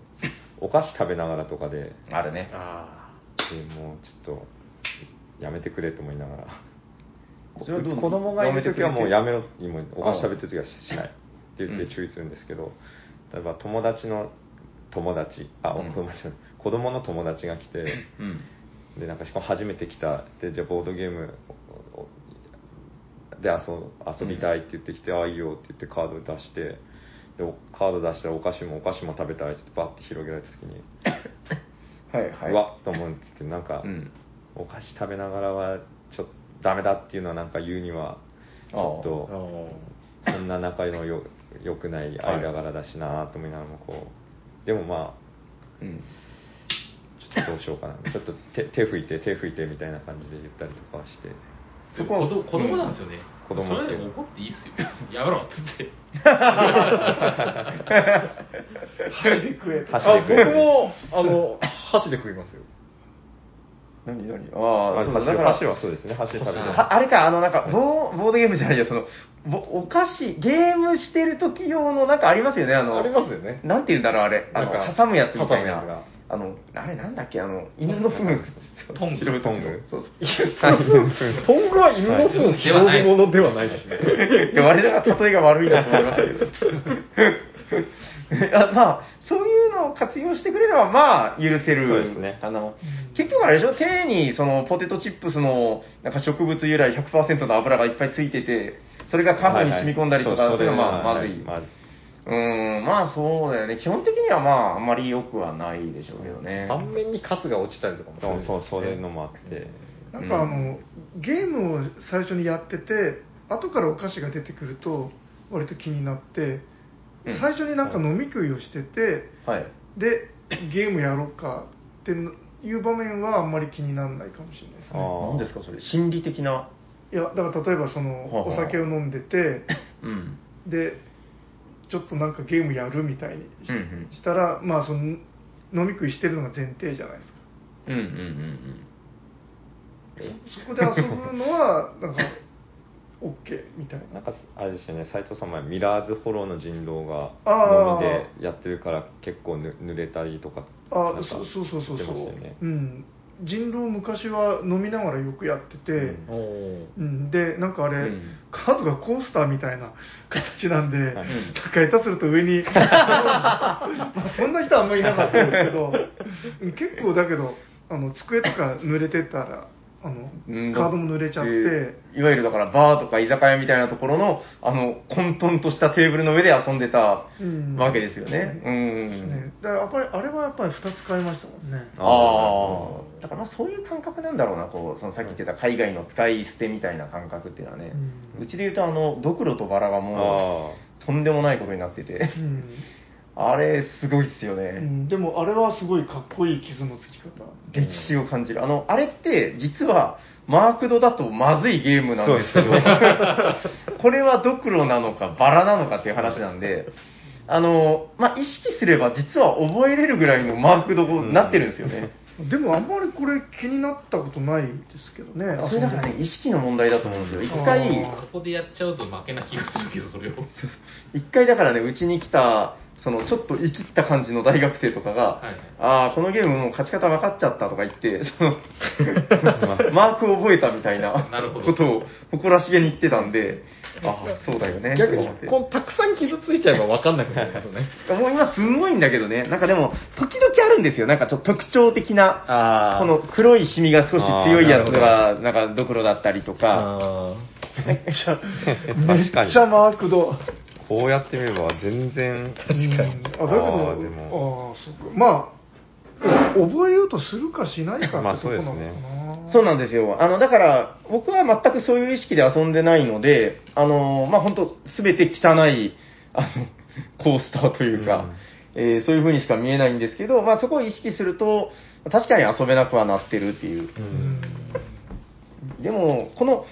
[SPEAKER 5] お菓子食べながらとかでで
[SPEAKER 2] あれね。
[SPEAKER 4] あ
[SPEAKER 5] もうちょっとやめてくれと思いながら
[SPEAKER 2] それはどう
[SPEAKER 5] 子供がいる時はもうやめろってもうお菓
[SPEAKER 2] あ
[SPEAKER 5] 子食べてる時はしないって言って注意するんですけど、例えば友達の友達あ、
[SPEAKER 2] うん
[SPEAKER 5] 友達の子供の友達が来て
[SPEAKER 2] うん。
[SPEAKER 5] でなんかしかも初めて来たでじゃあボードゲームをで遊遊びたいって言ってきて、ああいいよって言ってカード出してでおカード出したらお菓子もお菓子も食べたいってバッて広げられた時 に、。
[SPEAKER 2] はいはいう
[SPEAKER 5] わっと思うんですけどなんか、
[SPEAKER 2] うん。
[SPEAKER 5] お菓子食べながらはちょっとダメだっていうのはなんか言うにはちょっ
[SPEAKER 4] あ。あ
[SPEAKER 5] と
[SPEAKER 4] あ。
[SPEAKER 5] そんな仲のよ良くない間柄だしなと思いながらもこうでもまあ
[SPEAKER 2] うん。
[SPEAKER 5] ちょっとどうしようかなちょっと手手拭いて手拭いてみたいな感じで言ったりとかはして。
[SPEAKER 1] そこは子供子供なんですよね。
[SPEAKER 5] 子供
[SPEAKER 1] そ
[SPEAKER 5] です
[SPEAKER 1] れ
[SPEAKER 5] よ
[SPEAKER 1] で怒っていいっすよ。やめろっつって。
[SPEAKER 3] 箸で食えと。
[SPEAKER 5] 箸
[SPEAKER 4] あ
[SPEAKER 5] で食え
[SPEAKER 4] 僕も、あの、箸で食いますよ。
[SPEAKER 2] 何何ああ、
[SPEAKER 5] あ
[SPEAKER 2] そ
[SPEAKER 5] そうう
[SPEAKER 2] だだ
[SPEAKER 5] 箸
[SPEAKER 2] から
[SPEAKER 5] 箸はそうですね箸で食べる
[SPEAKER 2] はあれか、あの、なんか、ボーボードゲームじゃないや、その、ぼお菓子、ゲームしてる時用の、なんかありますよね、あの、
[SPEAKER 4] ありますよね
[SPEAKER 2] なんて言うんだろう、あれ。あ
[SPEAKER 4] なん
[SPEAKER 2] の、
[SPEAKER 4] か
[SPEAKER 2] 挟むやつみたい
[SPEAKER 4] 挟むや
[SPEAKER 2] な。あの、あれなんだっけ、あの、犬の糞。
[SPEAKER 1] トング
[SPEAKER 2] 拾う時の
[SPEAKER 5] トング
[SPEAKER 2] そうそう。
[SPEAKER 4] トングは犬の糞を拾うものではないですね。
[SPEAKER 2] いや我ながら例えが悪いなと思いま したけど。あまあ、そういうのを活用してくれれば、まあ、許せる。
[SPEAKER 5] そうですね
[SPEAKER 2] あの、結局あれでしょ、手に、その、ポテトチップスの、なんか植物由来100%の油がいっぱいついてて、それがカフに染み込んだりとか、そういうのはまあ、まずい。
[SPEAKER 5] まず
[SPEAKER 2] うーん、まあそうだよね。基本的にはまあ、あんまり良くはないでしょうけどね。
[SPEAKER 4] 顔面にカスが落ちたりとかも
[SPEAKER 5] そうそう、
[SPEAKER 4] そ
[SPEAKER 5] そうう
[SPEAKER 4] で
[SPEAKER 5] い
[SPEAKER 4] す
[SPEAKER 5] う
[SPEAKER 4] ね
[SPEAKER 5] のもあって。
[SPEAKER 3] なんかあの、ゲームを最初にやってて後からお菓子が出てくると割と気になって、
[SPEAKER 2] うん
[SPEAKER 3] 最初になんか飲み食いをしてて、
[SPEAKER 2] はい。
[SPEAKER 3] で、ゲームやろうかっていう場面はあんまり気にならないかもしれないですね。
[SPEAKER 5] あー
[SPEAKER 2] 何ですか、それ。心理的な。
[SPEAKER 3] いや、だから例えばその、
[SPEAKER 2] はあは
[SPEAKER 3] お
[SPEAKER 2] あ
[SPEAKER 3] 酒を飲ん でて、
[SPEAKER 2] うん。
[SPEAKER 3] で、ちょっとなんかゲームやるみたいにし
[SPEAKER 2] うんうん
[SPEAKER 3] したら、まあその、飲み食いしてるのが前提じゃないですか。
[SPEAKER 2] うんうんうん
[SPEAKER 3] そこで遊ぶのは、なんか、OK みたいな。
[SPEAKER 5] なんかあれですよね斎藤さん前ミラーズフォローの人狼が
[SPEAKER 3] あー
[SPEAKER 5] 飲みでやってるから結構ぬ濡れたりとか
[SPEAKER 3] あ
[SPEAKER 5] なんか
[SPEAKER 3] そうそうそうそう
[SPEAKER 5] 言
[SPEAKER 3] そ
[SPEAKER 5] っ
[SPEAKER 3] う、
[SPEAKER 5] てましたよね
[SPEAKER 3] うん人狼昔は飲みながらよくやってて、
[SPEAKER 5] うん
[SPEAKER 1] おー
[SPEAKER 3] うんでなんかあれ、
[SPEAKER 2] うん
[SPEAKER 3] カードがコースターみたいな 形なんで、
[SPEAKER 5] はい
[SPEAKER 3] 下手すると上にあのまあそんな人はあんまりいなかったんですけどうん結構だけどあの机とか濡れてたらあの
[SPEAKER 2] うん。
[SPEAKER 3] カードも濡れちゃって。
[SPEAKER 2] いわゆるだからバーとか居酒屋みたいなところの、あの、混沌としたテーブルの上で遊んでた
[SPEAKER 3] うん
[SPEAKER 2] わけですよね。う
[SPEAKER 3] です
[SPEAKER 2] ん。
[SPEAKER 3] ねだからやっぱりあれはやっぱり2つ買いましたもんね
[SPEAKER 2] ああ。だからまあそういう感覚なんだろうな、こう、そのさっき言ってた海外の使い捨てみたいな感覚っていうのはね。
[SPEAKER 3] うん
[SPEAKER 2] うちで言うと、あの、ドクロとバラがも
[SPEAKER 5] あ
[SPEAKER 2] う、とんでもないことになってて、
[SPEAKER 3] うん
[SPEAKER 2] あれ、すごいっすよね。
[SPEAKER 3] うんでもあれはすごいかっこいい傷のつき方
[SPEAKER 2] 歴史を感じる。あの、あれって、実は、マークドだとまずいゲームなんですけど、 これはドクロなのか、バラなのかっていう話なんで、あの、まあ、意識すれば実は覚えれるぐらいのマークドになってるんですよね。
[SPEAKER 3] でもあんまりこれ気になったことないですけどね。
[SPEAKER 2] それだからね、意識の問題だと思うんですよ。一
[SPEAKER 3] うん
[SPEAKER 2] 回、
[SPEAKER 1] そこでやっちゃうと負けな気がするけど、それを。
[SPEAKER 2] 一回だからね、うちに来た、その、ちょっと生きった感じの大学生とかが、
[SPEAKER 1] はい
[SPEAKER 2] ああ、このゲームもう勝ち方分かっちゃったとか言 って、そのマークを覚えたみたい な
[SPEAKER 1] なるほど
[SPEAKER 2] ことを誇らしげに言ってたんで、ああ、そうだよね。
[SPEAKER 4] 逆に
[SPEAKER 2] と
[SPEAKER 4] こ
[SPEAKER 2] 思っ
[SPEAKER 4] うたくさん傷ついちゃえば分かんなくなりますね
[SPEAKER 2] てもう今すんごいんだけどね、なんかでも、時々あるんですよ。なんかちょっと特徴的な、
[SPEAKER 4] あ
[SPEAKER 2] この黒いシミが少し強いやつ
[SPEAKER 5] あ
[SPEAKER 2] が、なんかドクロだったりとか、
[SPEAKER 4] あ
[SPEAKER 5] ー確か
[SPEAKER 3] めっ
[SPEAKER 5] に
[SPEAKER 3] ちゃマークド。
[SPEAKER 5] こうやってみれば全然
[SPEAKER 3] うんあ、だけど、あ
[SPEAKER 5] あーでも
[SPEAKER 3] あー、そっか。まあ、覚えようとするかしないかっ
[SPEAKER 5] まあ
[SPEAKER 3] てとこなのか
[SPEAKER 5] そうです
[SPEAKER 3] な。
[SPEAKER 2] そうなんですよ。あの、だから、僕は全くそういう意識で遊んでないので、あの、まあ、本当すべて汚い、あの、コースターというか、えーそういう風にしか見えないんですけど、まあ、そこを意識すると、確かに遊べなくはなってるっていう。
[SPEAKER 5] うん
[SPEAKER 2] でも、この、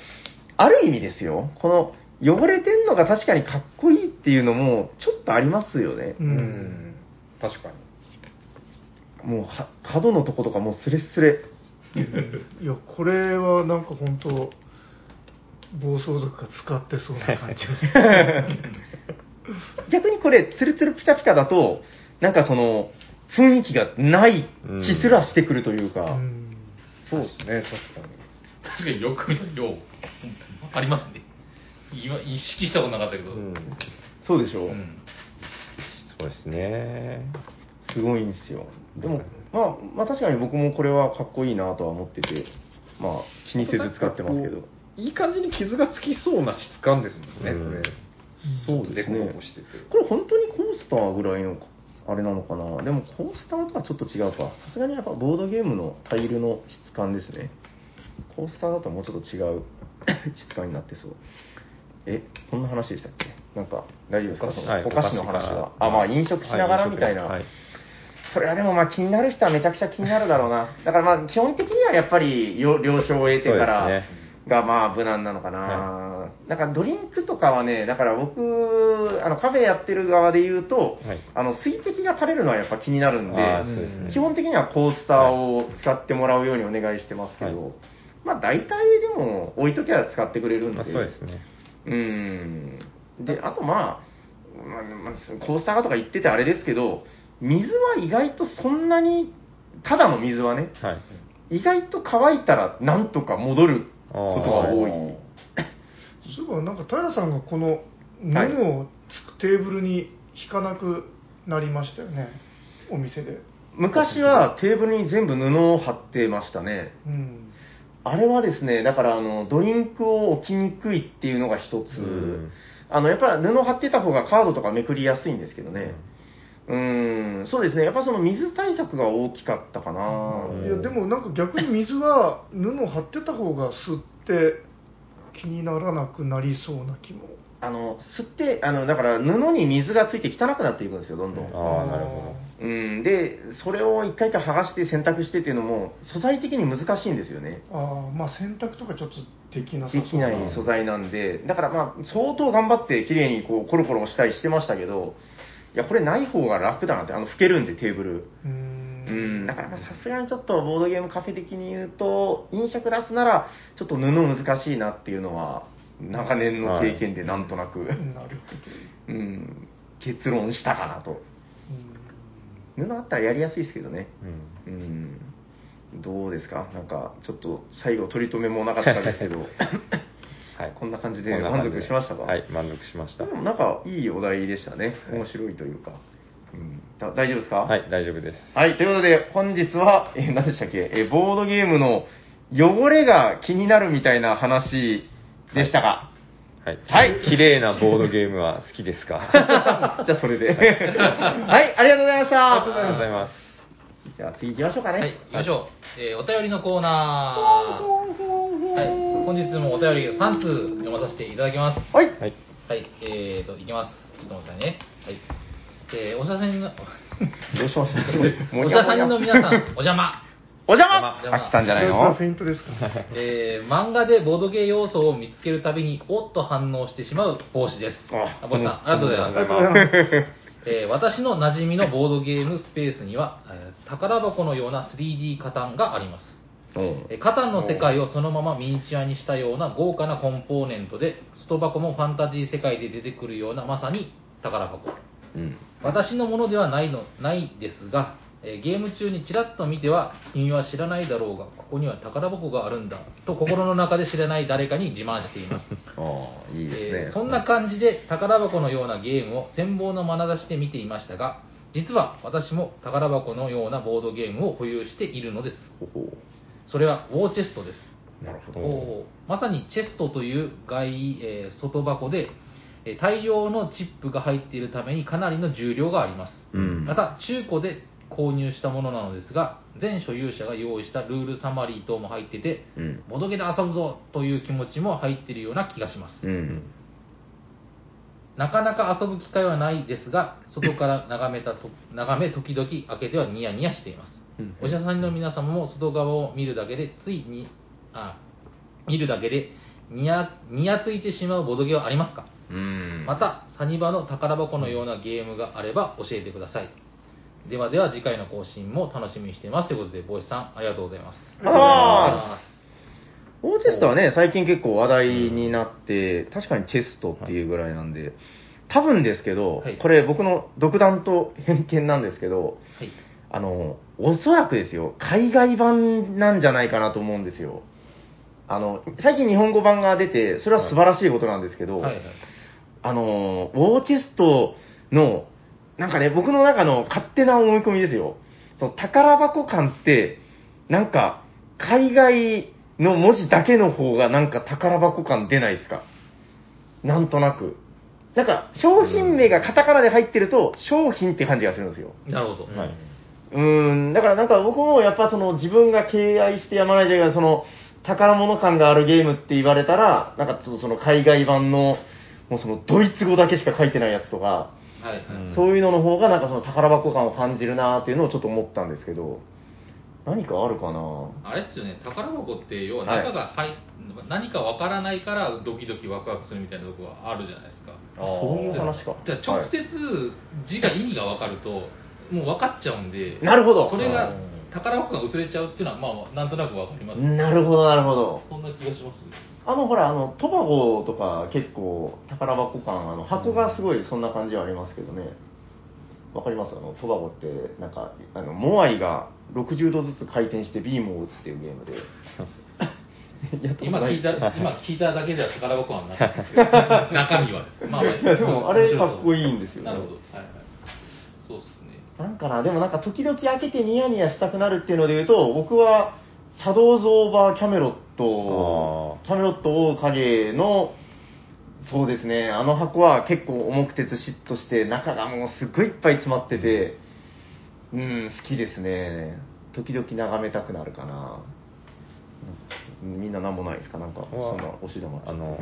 [SPEAKER 2] ある意味ですよ、この、汚れてんのが確かにかっこいいっていうのも、ちょっとありますよね。
[SPEAKER 3] う。
[SPEAKER 4] うんん確かに
[SPEAKER 2] もうは、角のとことかもうスレスレ。
[SPEAKER 3] いや、これはなんか本当暴走族が使ってそうな感 じ。
[SPEAKER 2] 逆にこれ、ツルツルピカピカだと、なんかその、雰囲気がない気すらしてくるという
[SPEAKER 3] う
[SPEAKER 2] か、
[SPEAKER 3] ん
[SPEAKER 4] そうですね確かに
[SPEAKER 1] 確かによく見たら量、ありますね。今、意識したことなかったけど。
[SPEAKER 5] う
[SPEAKER 1] うん
[SPEAKER 5] ん
[SPEAKER 2] そうでしょ、
[SPEAKER 5] そうですね
[SPEAKER 2] すごいんですよ。でも、まあ、まあ確かに僕もこれはかっこいいなとは思ってて、まあ気にせず使ってますけど。
[SPEAKER 4] いい感じに傷がつきそうな質感ですもんね、
[SPEAKER 5] うん
[SPEAKER 4] これ
[SPEAKER 2] そうですね
[SPEAKER 4] デコボコしてて
[SPEAKER 2] これ本当にコースターぐらいの、あれなのかなでもコースターとはちょっと違うか。さすがにやっぱボードゲームのタイルの質感ですね。コースターだともうちょっと違う 質感になってそう。え、こんな話でしたっけなんか、大丈夫ですかそのお菓子の話は。あ、まあ飲食しながらみたいな。
[SPEAKER 5] はい
[SPEAKER 2] それはでもまあ気になる人はめちゃくちゃ気になるだろうな。だからまあ基本的にはやっぱりよ了承を得てから
[SPEAKER 5] そうです
[SPEAKER 2] がまあ無難なのかな。だからドリンクとかはね、だから僕、あのカフェやってる側で言うと、
[SPEAKER 5] はい
[SPEAKER 2] あの水滴が垂れるのはやっぱ気になるんで、
[SPEAKER 5] あーそうですね
[SPEAKER 2] 基本的にはコースターを使ってもらうようにお願いしてますけど、
[SPEAKER 5] はい
[SPEAKER 2] まあ大体でも置いときゃ使ってくれるんで、
[SPEAKER 5] まあ、そうですね
[SPEAKER 2] うん。で、あとまあ、まあまあ、コースターがとか言っててあれですけど、水は意外とそんなに、ただの水はね、
[SPEAKER 5] はい
[SPEAKER 2] 意外と乾いたらなんとか戻ることが多い。
[SPEAKER 3] そういえば、なんか平さんがこの、ものをつテーブルに引かなくなりましたよね。お店で。
[SPEAKER 2] 昔はテーブルに全部布を貼ってましたね。
[SPEAKER 3] うん。
[SPEAKER 2] あれはですね、だからあの、ドリンクを置きにくいっていうのが一つ。
[SPEAKER 5] うん
[SPEAKER 2] あの、やっぱり布貼ってた方がカードとかめくりやすいんですけどね。うん、そうですね。やっぱその水対策が大きかったかな。
[SPEAKER 5] うん
[SPEAKER 3] いやでもなんか逆に水は布を張ってた方が吸って気にならなくなりそうな気も
[SPEAKER 2] あの、吸って、あの、だから布に水がついて汚くなっていくんですよ、どんどん。
[SPEAKER 5] ああ、なるほ
[SPEAKER 2] うん、で、それを一回一回剥がして洗濯してっていうのも、素材的に難しいんですよね。
[SPEAKER 3] ああまあ洗濯とかちょっとできなさそう
[SPEAKER 2] できない素材なんで、だからまあ、相当頑張って綺麗にこう、コロコロしたりしてましたけど、いや、これない方が楽だなって、あの、拭けるんで、テーブル。
[SPEAKER 3] う
[SPEAKER 2] う
[SPEAKER 3] ー
[SPEAKER 2] んん、だからまあさすがにちょっとボードゲームカフェ的に言うと、飲食出すなら、ちょっと布難しいなっていうのは、長年の経験でなんとなく、
[SPEAKER 3] なるほど
[SPEAKER 2] うん、結論したかなと。布あったらやりやすいですけどね。
[SPEAKER 5] ど。うん。
[SPEAKER 2] うん。どうですかなんか、ちょっと最後取り留めもなかったですけ ど、
[SPEAKER 5] はい。
[SPEAKER 2] こんな感じ
[SPEAKER 5] こ
[SPEAKER 2] で
[SPEAKER 5] んな感
[SPEAKER 2] 満
[SPEAKER 5] じで
[SPEAKER 2] 足しましたか
[SPEAKER 5] はい、満足しました
[SPEAKER 2] で。もなんかいいお題でしたね。面白いというか。うん、だ大丈夫ですか
[SPEAKER 5] はい、大丈夫です。
[SPEAKER 2] はい、ということで、本日は、えー何でしたっけ、えーボードゲームの汚れが気になるみたいな話でしたか。
[SPEAKER 5] はい。
[SPEAKER 2] はい
[SPEAKER 5] 綺麗なボードゲームは好きで すかあ
[SPEAKER 2] じゃあ、それで。 はい、ありがとうございました。
[SPEAKER 5] りがとうございます。
[SPEAKER 2] じゃあ、次行きましょうかね。
[SPEAKER 1] はい、行きましょう。えーお便りのコーナー。はい、本日もお便りを3通読まさせていただきます。
[SPEAKER 2] はい。
[SPEAKER 5] はい。
[SPEAKER 1] はい、えーと、いきます。ちょっと待ってくださいね。はい。えー、おしゃさんの、
[SPEAKER 2] どうしました
[SPEAKER 1] おしゃさんの皆さん、お邪魔。
[SPEAKER 2] お邪
[SPEAKER 1] お
[SPEAKER 2] 魔
[SPEAKER 1] 邪魔
[SPEAKER 2] あ、来たんじゃない
[SPEAKER 3] それは
[SPEAKER 2] の
[SPEAKER 3] フェイント ですかね
[SPEAKER 1] えー、漫画でボードゲー要素を見つけるたびに、おっと反応してしまう帽子です。
[SPEAKER 2] あ
[SPEAKER 1] あ、帽子さん、ありがとうございます
[SPEAKER 3] あ。りがとうございます
[SPEAKER 1] えー私の馴染みのボードゲームスペースには、えー宝箱のような 3D カタンがあります。
[SPEAKER 2] うん
[SPEAKER 1] えーカタンの世界をそのままミニチュアにしたような豪華なコンポーネントで、外箱もファンタジー世界で出てくるような、まさに宝箱。
[SPEAKER 2] うん。
[SPEAKER 1] 私のものではないのないですが、えーゲーム中にちらっと見ては、君は知らないだろうが、ここには宝箱があるんだ、と心の中で知らない誰かに自慢しています。
[SPEAKER 2] ああ、いいです
[SPEAKER 1] え
[SPEAKER 2] ね。
[SPEAKER 1] ーそんな感じで宝箱のようなゲームを羨望の眼差しで見ていましたが実は私も宝箱のようなボードゲームを保有しているのです
[SPEAKER 2] ほほ
[SPEAKER 1] それはウォーチェストです
[SPEAKER 2] う。なるほど。
[SPEAKER 1] おーまさにチェストという外、えー外箱でえー大量のチップが入っているためにかなりの重量があります、
[SPEAKER 2] うん
[SPEAKER 1] また中古で購入したものなのですが全所有者が用意したルールサマリー等も入ってて
[SPEAKER 2] うん。
[SPEAKER 1] ボドゲで遊ぶぞという気持ちも入っているような気がします
[SPEAKER 2] うん。
[SPEAKER 1] なかなか遊ぶ機会はないですが、外から眺めたと、眺め時々開けてはニヤニヤしています。
[SPEAKER 2] うん
[SPEAKER 1] お医者さんの皆様も外側を見るだけで、ついに、あ、見るだけで、ニヤ、ニヤついてしまうボドゲはありますか
[SPEAKER 2] うん。
[SPEAKER 1] また、サニバの宝箱のようなゲームがあれば教えてください。ではでは次回の更新も楽しみにしています。ということで、帽子さん、ありがとうございます。
[SPEAKER 2] ありがとうございますオーチェストはね、最近結構話題になって、確かにチェストっていうぐらいなんで、多分ですけど、
[SPEAKER 1] はい
[SPEAKER 2] これ僕の独断と偏見なんですけど、
[SPEAKER 1] はい。
[SPEAKER 2] あの、おそらくですよ、海外版なんじゃないかなと思うんですよ。あの、最近日本語版が出て、それは素晴らしいことなんですけど、
[SPEAKER 1] はいはい。
[SPEAKER 2] あの、ウォーチェストの、なんかね、僕の中の勝手な思い込みですよ。その宝箱感って、なんか、海外の文字だけの方がなんか宝箱感出ないですかなんとなく。なんか、商品名がカタカナで入ってると、商品って感じがするんですよ。
[SPEAKER 1] なるほど。
[SPEAKER 5] はい。
[SPEAKER 2] うーん、だからなんか僕もやっぱその自分が敬愛してやまないじゃないけどその宝物感があるゲームって言われたら、なんかちょっとその海外版の、もうそのドイツ語だけしか書いてないやつとか、
[SPEAKER 1] はいはい。
[SPEAKER 5] うん
[SPEAKER 2] そういうのの方がなんかその宝箱感を感じるなーっていうのをちょっと思ったんですけど、何かあるかな
[SPEAKER 1] あれですよね、宝箱って、要は中が入っ、何かわからないからドキドキワクワクするみたいなとこがあるじゃないですか。
[SPEAKER 2] そういう話か。
[SPEAKER 1] じゃあ直接
[SPEAKER 2] は
[SPEAKER 1] 字が意味がわかると、もう分かっちゃうんで、
[SPEAKER 2] いなるほど。
[SPEAKER 1] それが宝箱が薄れちゃうっていうのは、まあ、なんとなくわかります、
[SPEAKER 2] なるほど、なるほど。
[SPEAKER 1] そんな気がしますね。
[SPEAKER 2] あの、ほら、あの、トバゴとか結構宝箱感、あの、箱がすごいそんな感じはありますけどね。わかりますあの、トバゴって、なんか、あの、モアイが60度ずつ回転してビームを打つっていうゲ ームで。やったこと
[SPEAKER 1] 今
[SPEAKER 2] ない
[SPEAKER 1] 聞いた、今聞いただけでは宝箱はなかったですけど、 中身はですね。まあまあ
[SPEAKER 2] いやでもあれ
[SPEAKER 1] 面白そう
[SPEAKER 2] かっこいいんですよね
[SPEAKER 1] なるほど。はいはい。そうですね。
[SPEAKER 2] なんかな、でもなんか時々開けてニヤニヤしたくなるっていうので言うと、僕は、シャドウズ・オーバー・キャメロット
[SPEAKER 5] あ、ー
[SPEAKER 2] キャメロット・王影の、そうですね、あの箱は結構重くてずしっとして、中がもうすっごいいっぱい詰まってて、うん、好きですね。時々眺めたくなるかな。みんな何もないですかなんか、
[SPEAKER 5] うわ
[SPEAKER 2] そんなおし玉。
[SPEAKER 5] あの、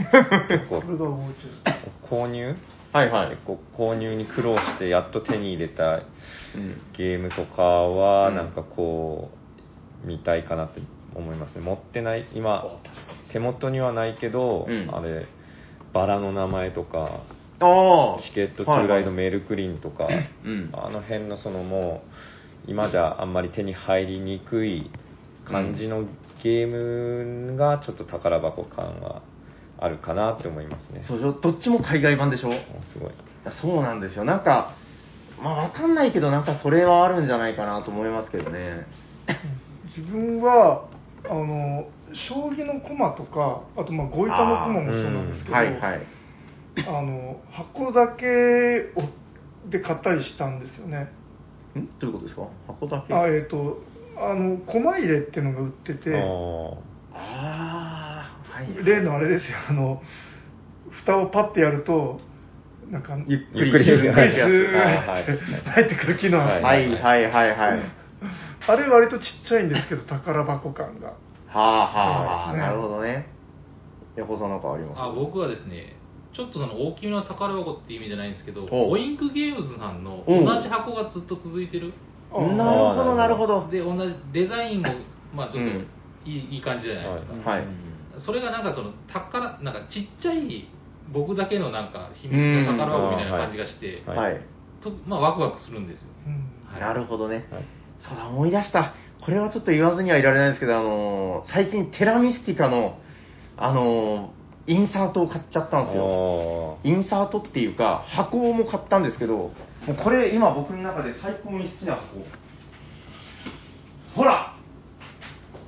[SPEAKER 5] 結
[SPEAKER 3] こ
[SPEAKER 5] 構
[SPEAKER 3] れがおうちです
[SPEAKER 5] 購入
[SPEAKER 2] はいはい
[SPEAKER 5] 結。構購入に苦労してやっと手に入れた
[SPEAKER 2] うん
[SPEAKER 5] ゲームとかは
[SPEAKER 2] うん
[SPEAKER 5] なんかこう見たいかなって思いますね持ってない今手元にはないけど、
[SPEAKER 2] うん
[SPEAKER 5] あれバラの名前とか
[SPEAKER 2] ああ。
[SPEAKER 5] チケット・トゥ・ライド・
[SPEAKER 2] はいはい
[SPEAKER 5] メルクリンとか、
[SPEAKER 2] うん。
[SPEAKER 5] あの辺のそのもう今じゃあんまり手に入りにくい感じのゲームがちょっと宝箱感はあるかなって思いますね。
[SPEAKER 2] そうどっちも海外版でしょ
[SPEAKER 5] すごい。
[SPEAKER 2] そうなんですよ。なんか、まあわかんないけど、なんかそれはあるんじゃないかなと思いますけどね。
[SPEAKER 3] 自分はあの将棋の駒とかあとまあ五板の駒もそうなんですけど
[SPEAKER 2] はいはい。
[SPEAKER 3] あの箱だけをで買ったりしたんですよね
[SPEAKER 2] んどういうことですか箱だけ
[SPEAKER 3] あえっ、とあの駒入れっていうのが売ってて
[SPEAKER 5] あ
[SPEAKER 2] あーはい。
[SPEAKER 3] 例のあれですよあの蓋をパッてやるとなんか
[SPEAKER 2] ゆっくり
[SPEAKER 5] ゆっくり
[SPEAKER 2] ゆっ
[SPEAKER 3] ゆ
[SPEAKER 2] く
[SPEAKER 3] っくり
[SPEAKER 2] り
[SPEAKER 3] ス
[SPEAKER 2] する
[SPEAKER 5] あ
[SPEAKER 3] ー
[SPEAKER 5] はい
[SPEAKER 3] って入ってくる機能
[SPEAKER 5] は
[SPEAKER 2] はいい
[SPEAKER 5] は
[SPEAKER 2] はいいはいはい。は
[SPEAKER 3] あれ割とちっちゃいんですけど宝箱感が
[SPEAKER 2] あはあはあ、
[SPEAKER 3] そうですね
[SPEAKER 2] なるほどね。横さんなんかあります
[SPEAKER 1] あ僕はですねちょっとその大きめの宝箱っていう意味じゃないんですけど
[SPEAKER 2] おう
[SPEAKER 1] オインクゲームズさんの同
[SPEAKER 2] おう
[SPEAKER 1] じ箱がずっと続いてる
[SPEAKER 2] なる
[SPEAKER 5] あ
[SPEAKER 2] ほど、なるほど。
[SPEAKER 1] で同じデザインもまあちょっ
[SPEAKER 2] うん
[SPEAKER 1] といい,、いい感じじゃないですか、
[SPEAKER 5] は
[SPEAKER 2] はい。
[SPEAKER 1] それがなんかその宝なんかちっちゃい僕だけのなんか秘密の宝箱みたいな感じがして、
[SPEAKER 5] うん
[SPEAKER 2] はい。
[SPEAKER 1] とまあワクワクするんですよ、
[SPEAKER 3] うん
[SPEAKER 1] はい
[SPEAKER 2] なるほどね。
[SPEAKER 5] はい
[SPEAKER 2] そうだ、思い出した。これはちょっと言わずにはいられないですけど、あのー最近テラミスティカの、あのーインサートを買っちゃったんですよ。インサートっていうか、箱も買ったんですけど、もうこれ今僕の中で最高に好きな箱。ほら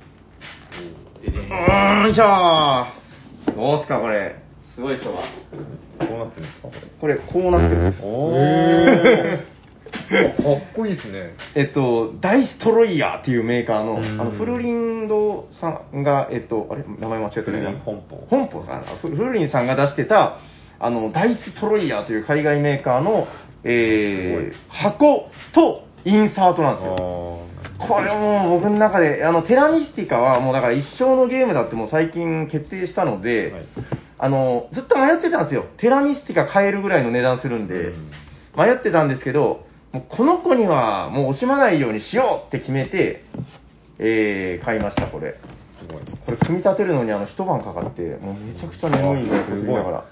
[SPEAKER 2] うーん、よいしょーどうっすか、これ。すごいでしょ。
[SPEAKER 5] あーどうなってるんですかこ
[SPEAKER 2] これ、こうなってるんです
[SPEAKER 5] れ。。お
[SPEAKER 4] かっこいいですね。
[SPEAKER 2] えっと、ダイストロイヤーっていうメーカーの、
[SPEAKER 5] うん
[SPEAKER 2] あのフルリンドさんが、えっと、あれ、名前間違って
[SPEAKER 5] フルリ
[SPEAKER 2] る
[SPEAKER 5] ン本舗
[SPEAKER 2] 本舗かな。フフルリンさんが出してた、あの、ダイストロイヤーという海外メーカーの、えー、箱とインサートなんですよ。これもう僕の中で、あの、テラミスティカはもうだから一生のゲームだってもう最近決定したので、
[SPEAKER 5] はい
[SPEAKER 2] あの、ずっと迷ってたんですよ。テラミスティカ買えるぐらいの値段するんで、
[SPEAKER 5] うん
[SPEAKER 2] 迷ってたんですけど、もうこの子にはもう惜しまないようにしようって決めて、えー買いました、これ。
[SPEAKER 5] すごい。
[SPEAKER 2] これ組み立てるのにあの一晩かかって、もうめちゃくちゃ眠いぐらいこすりながら。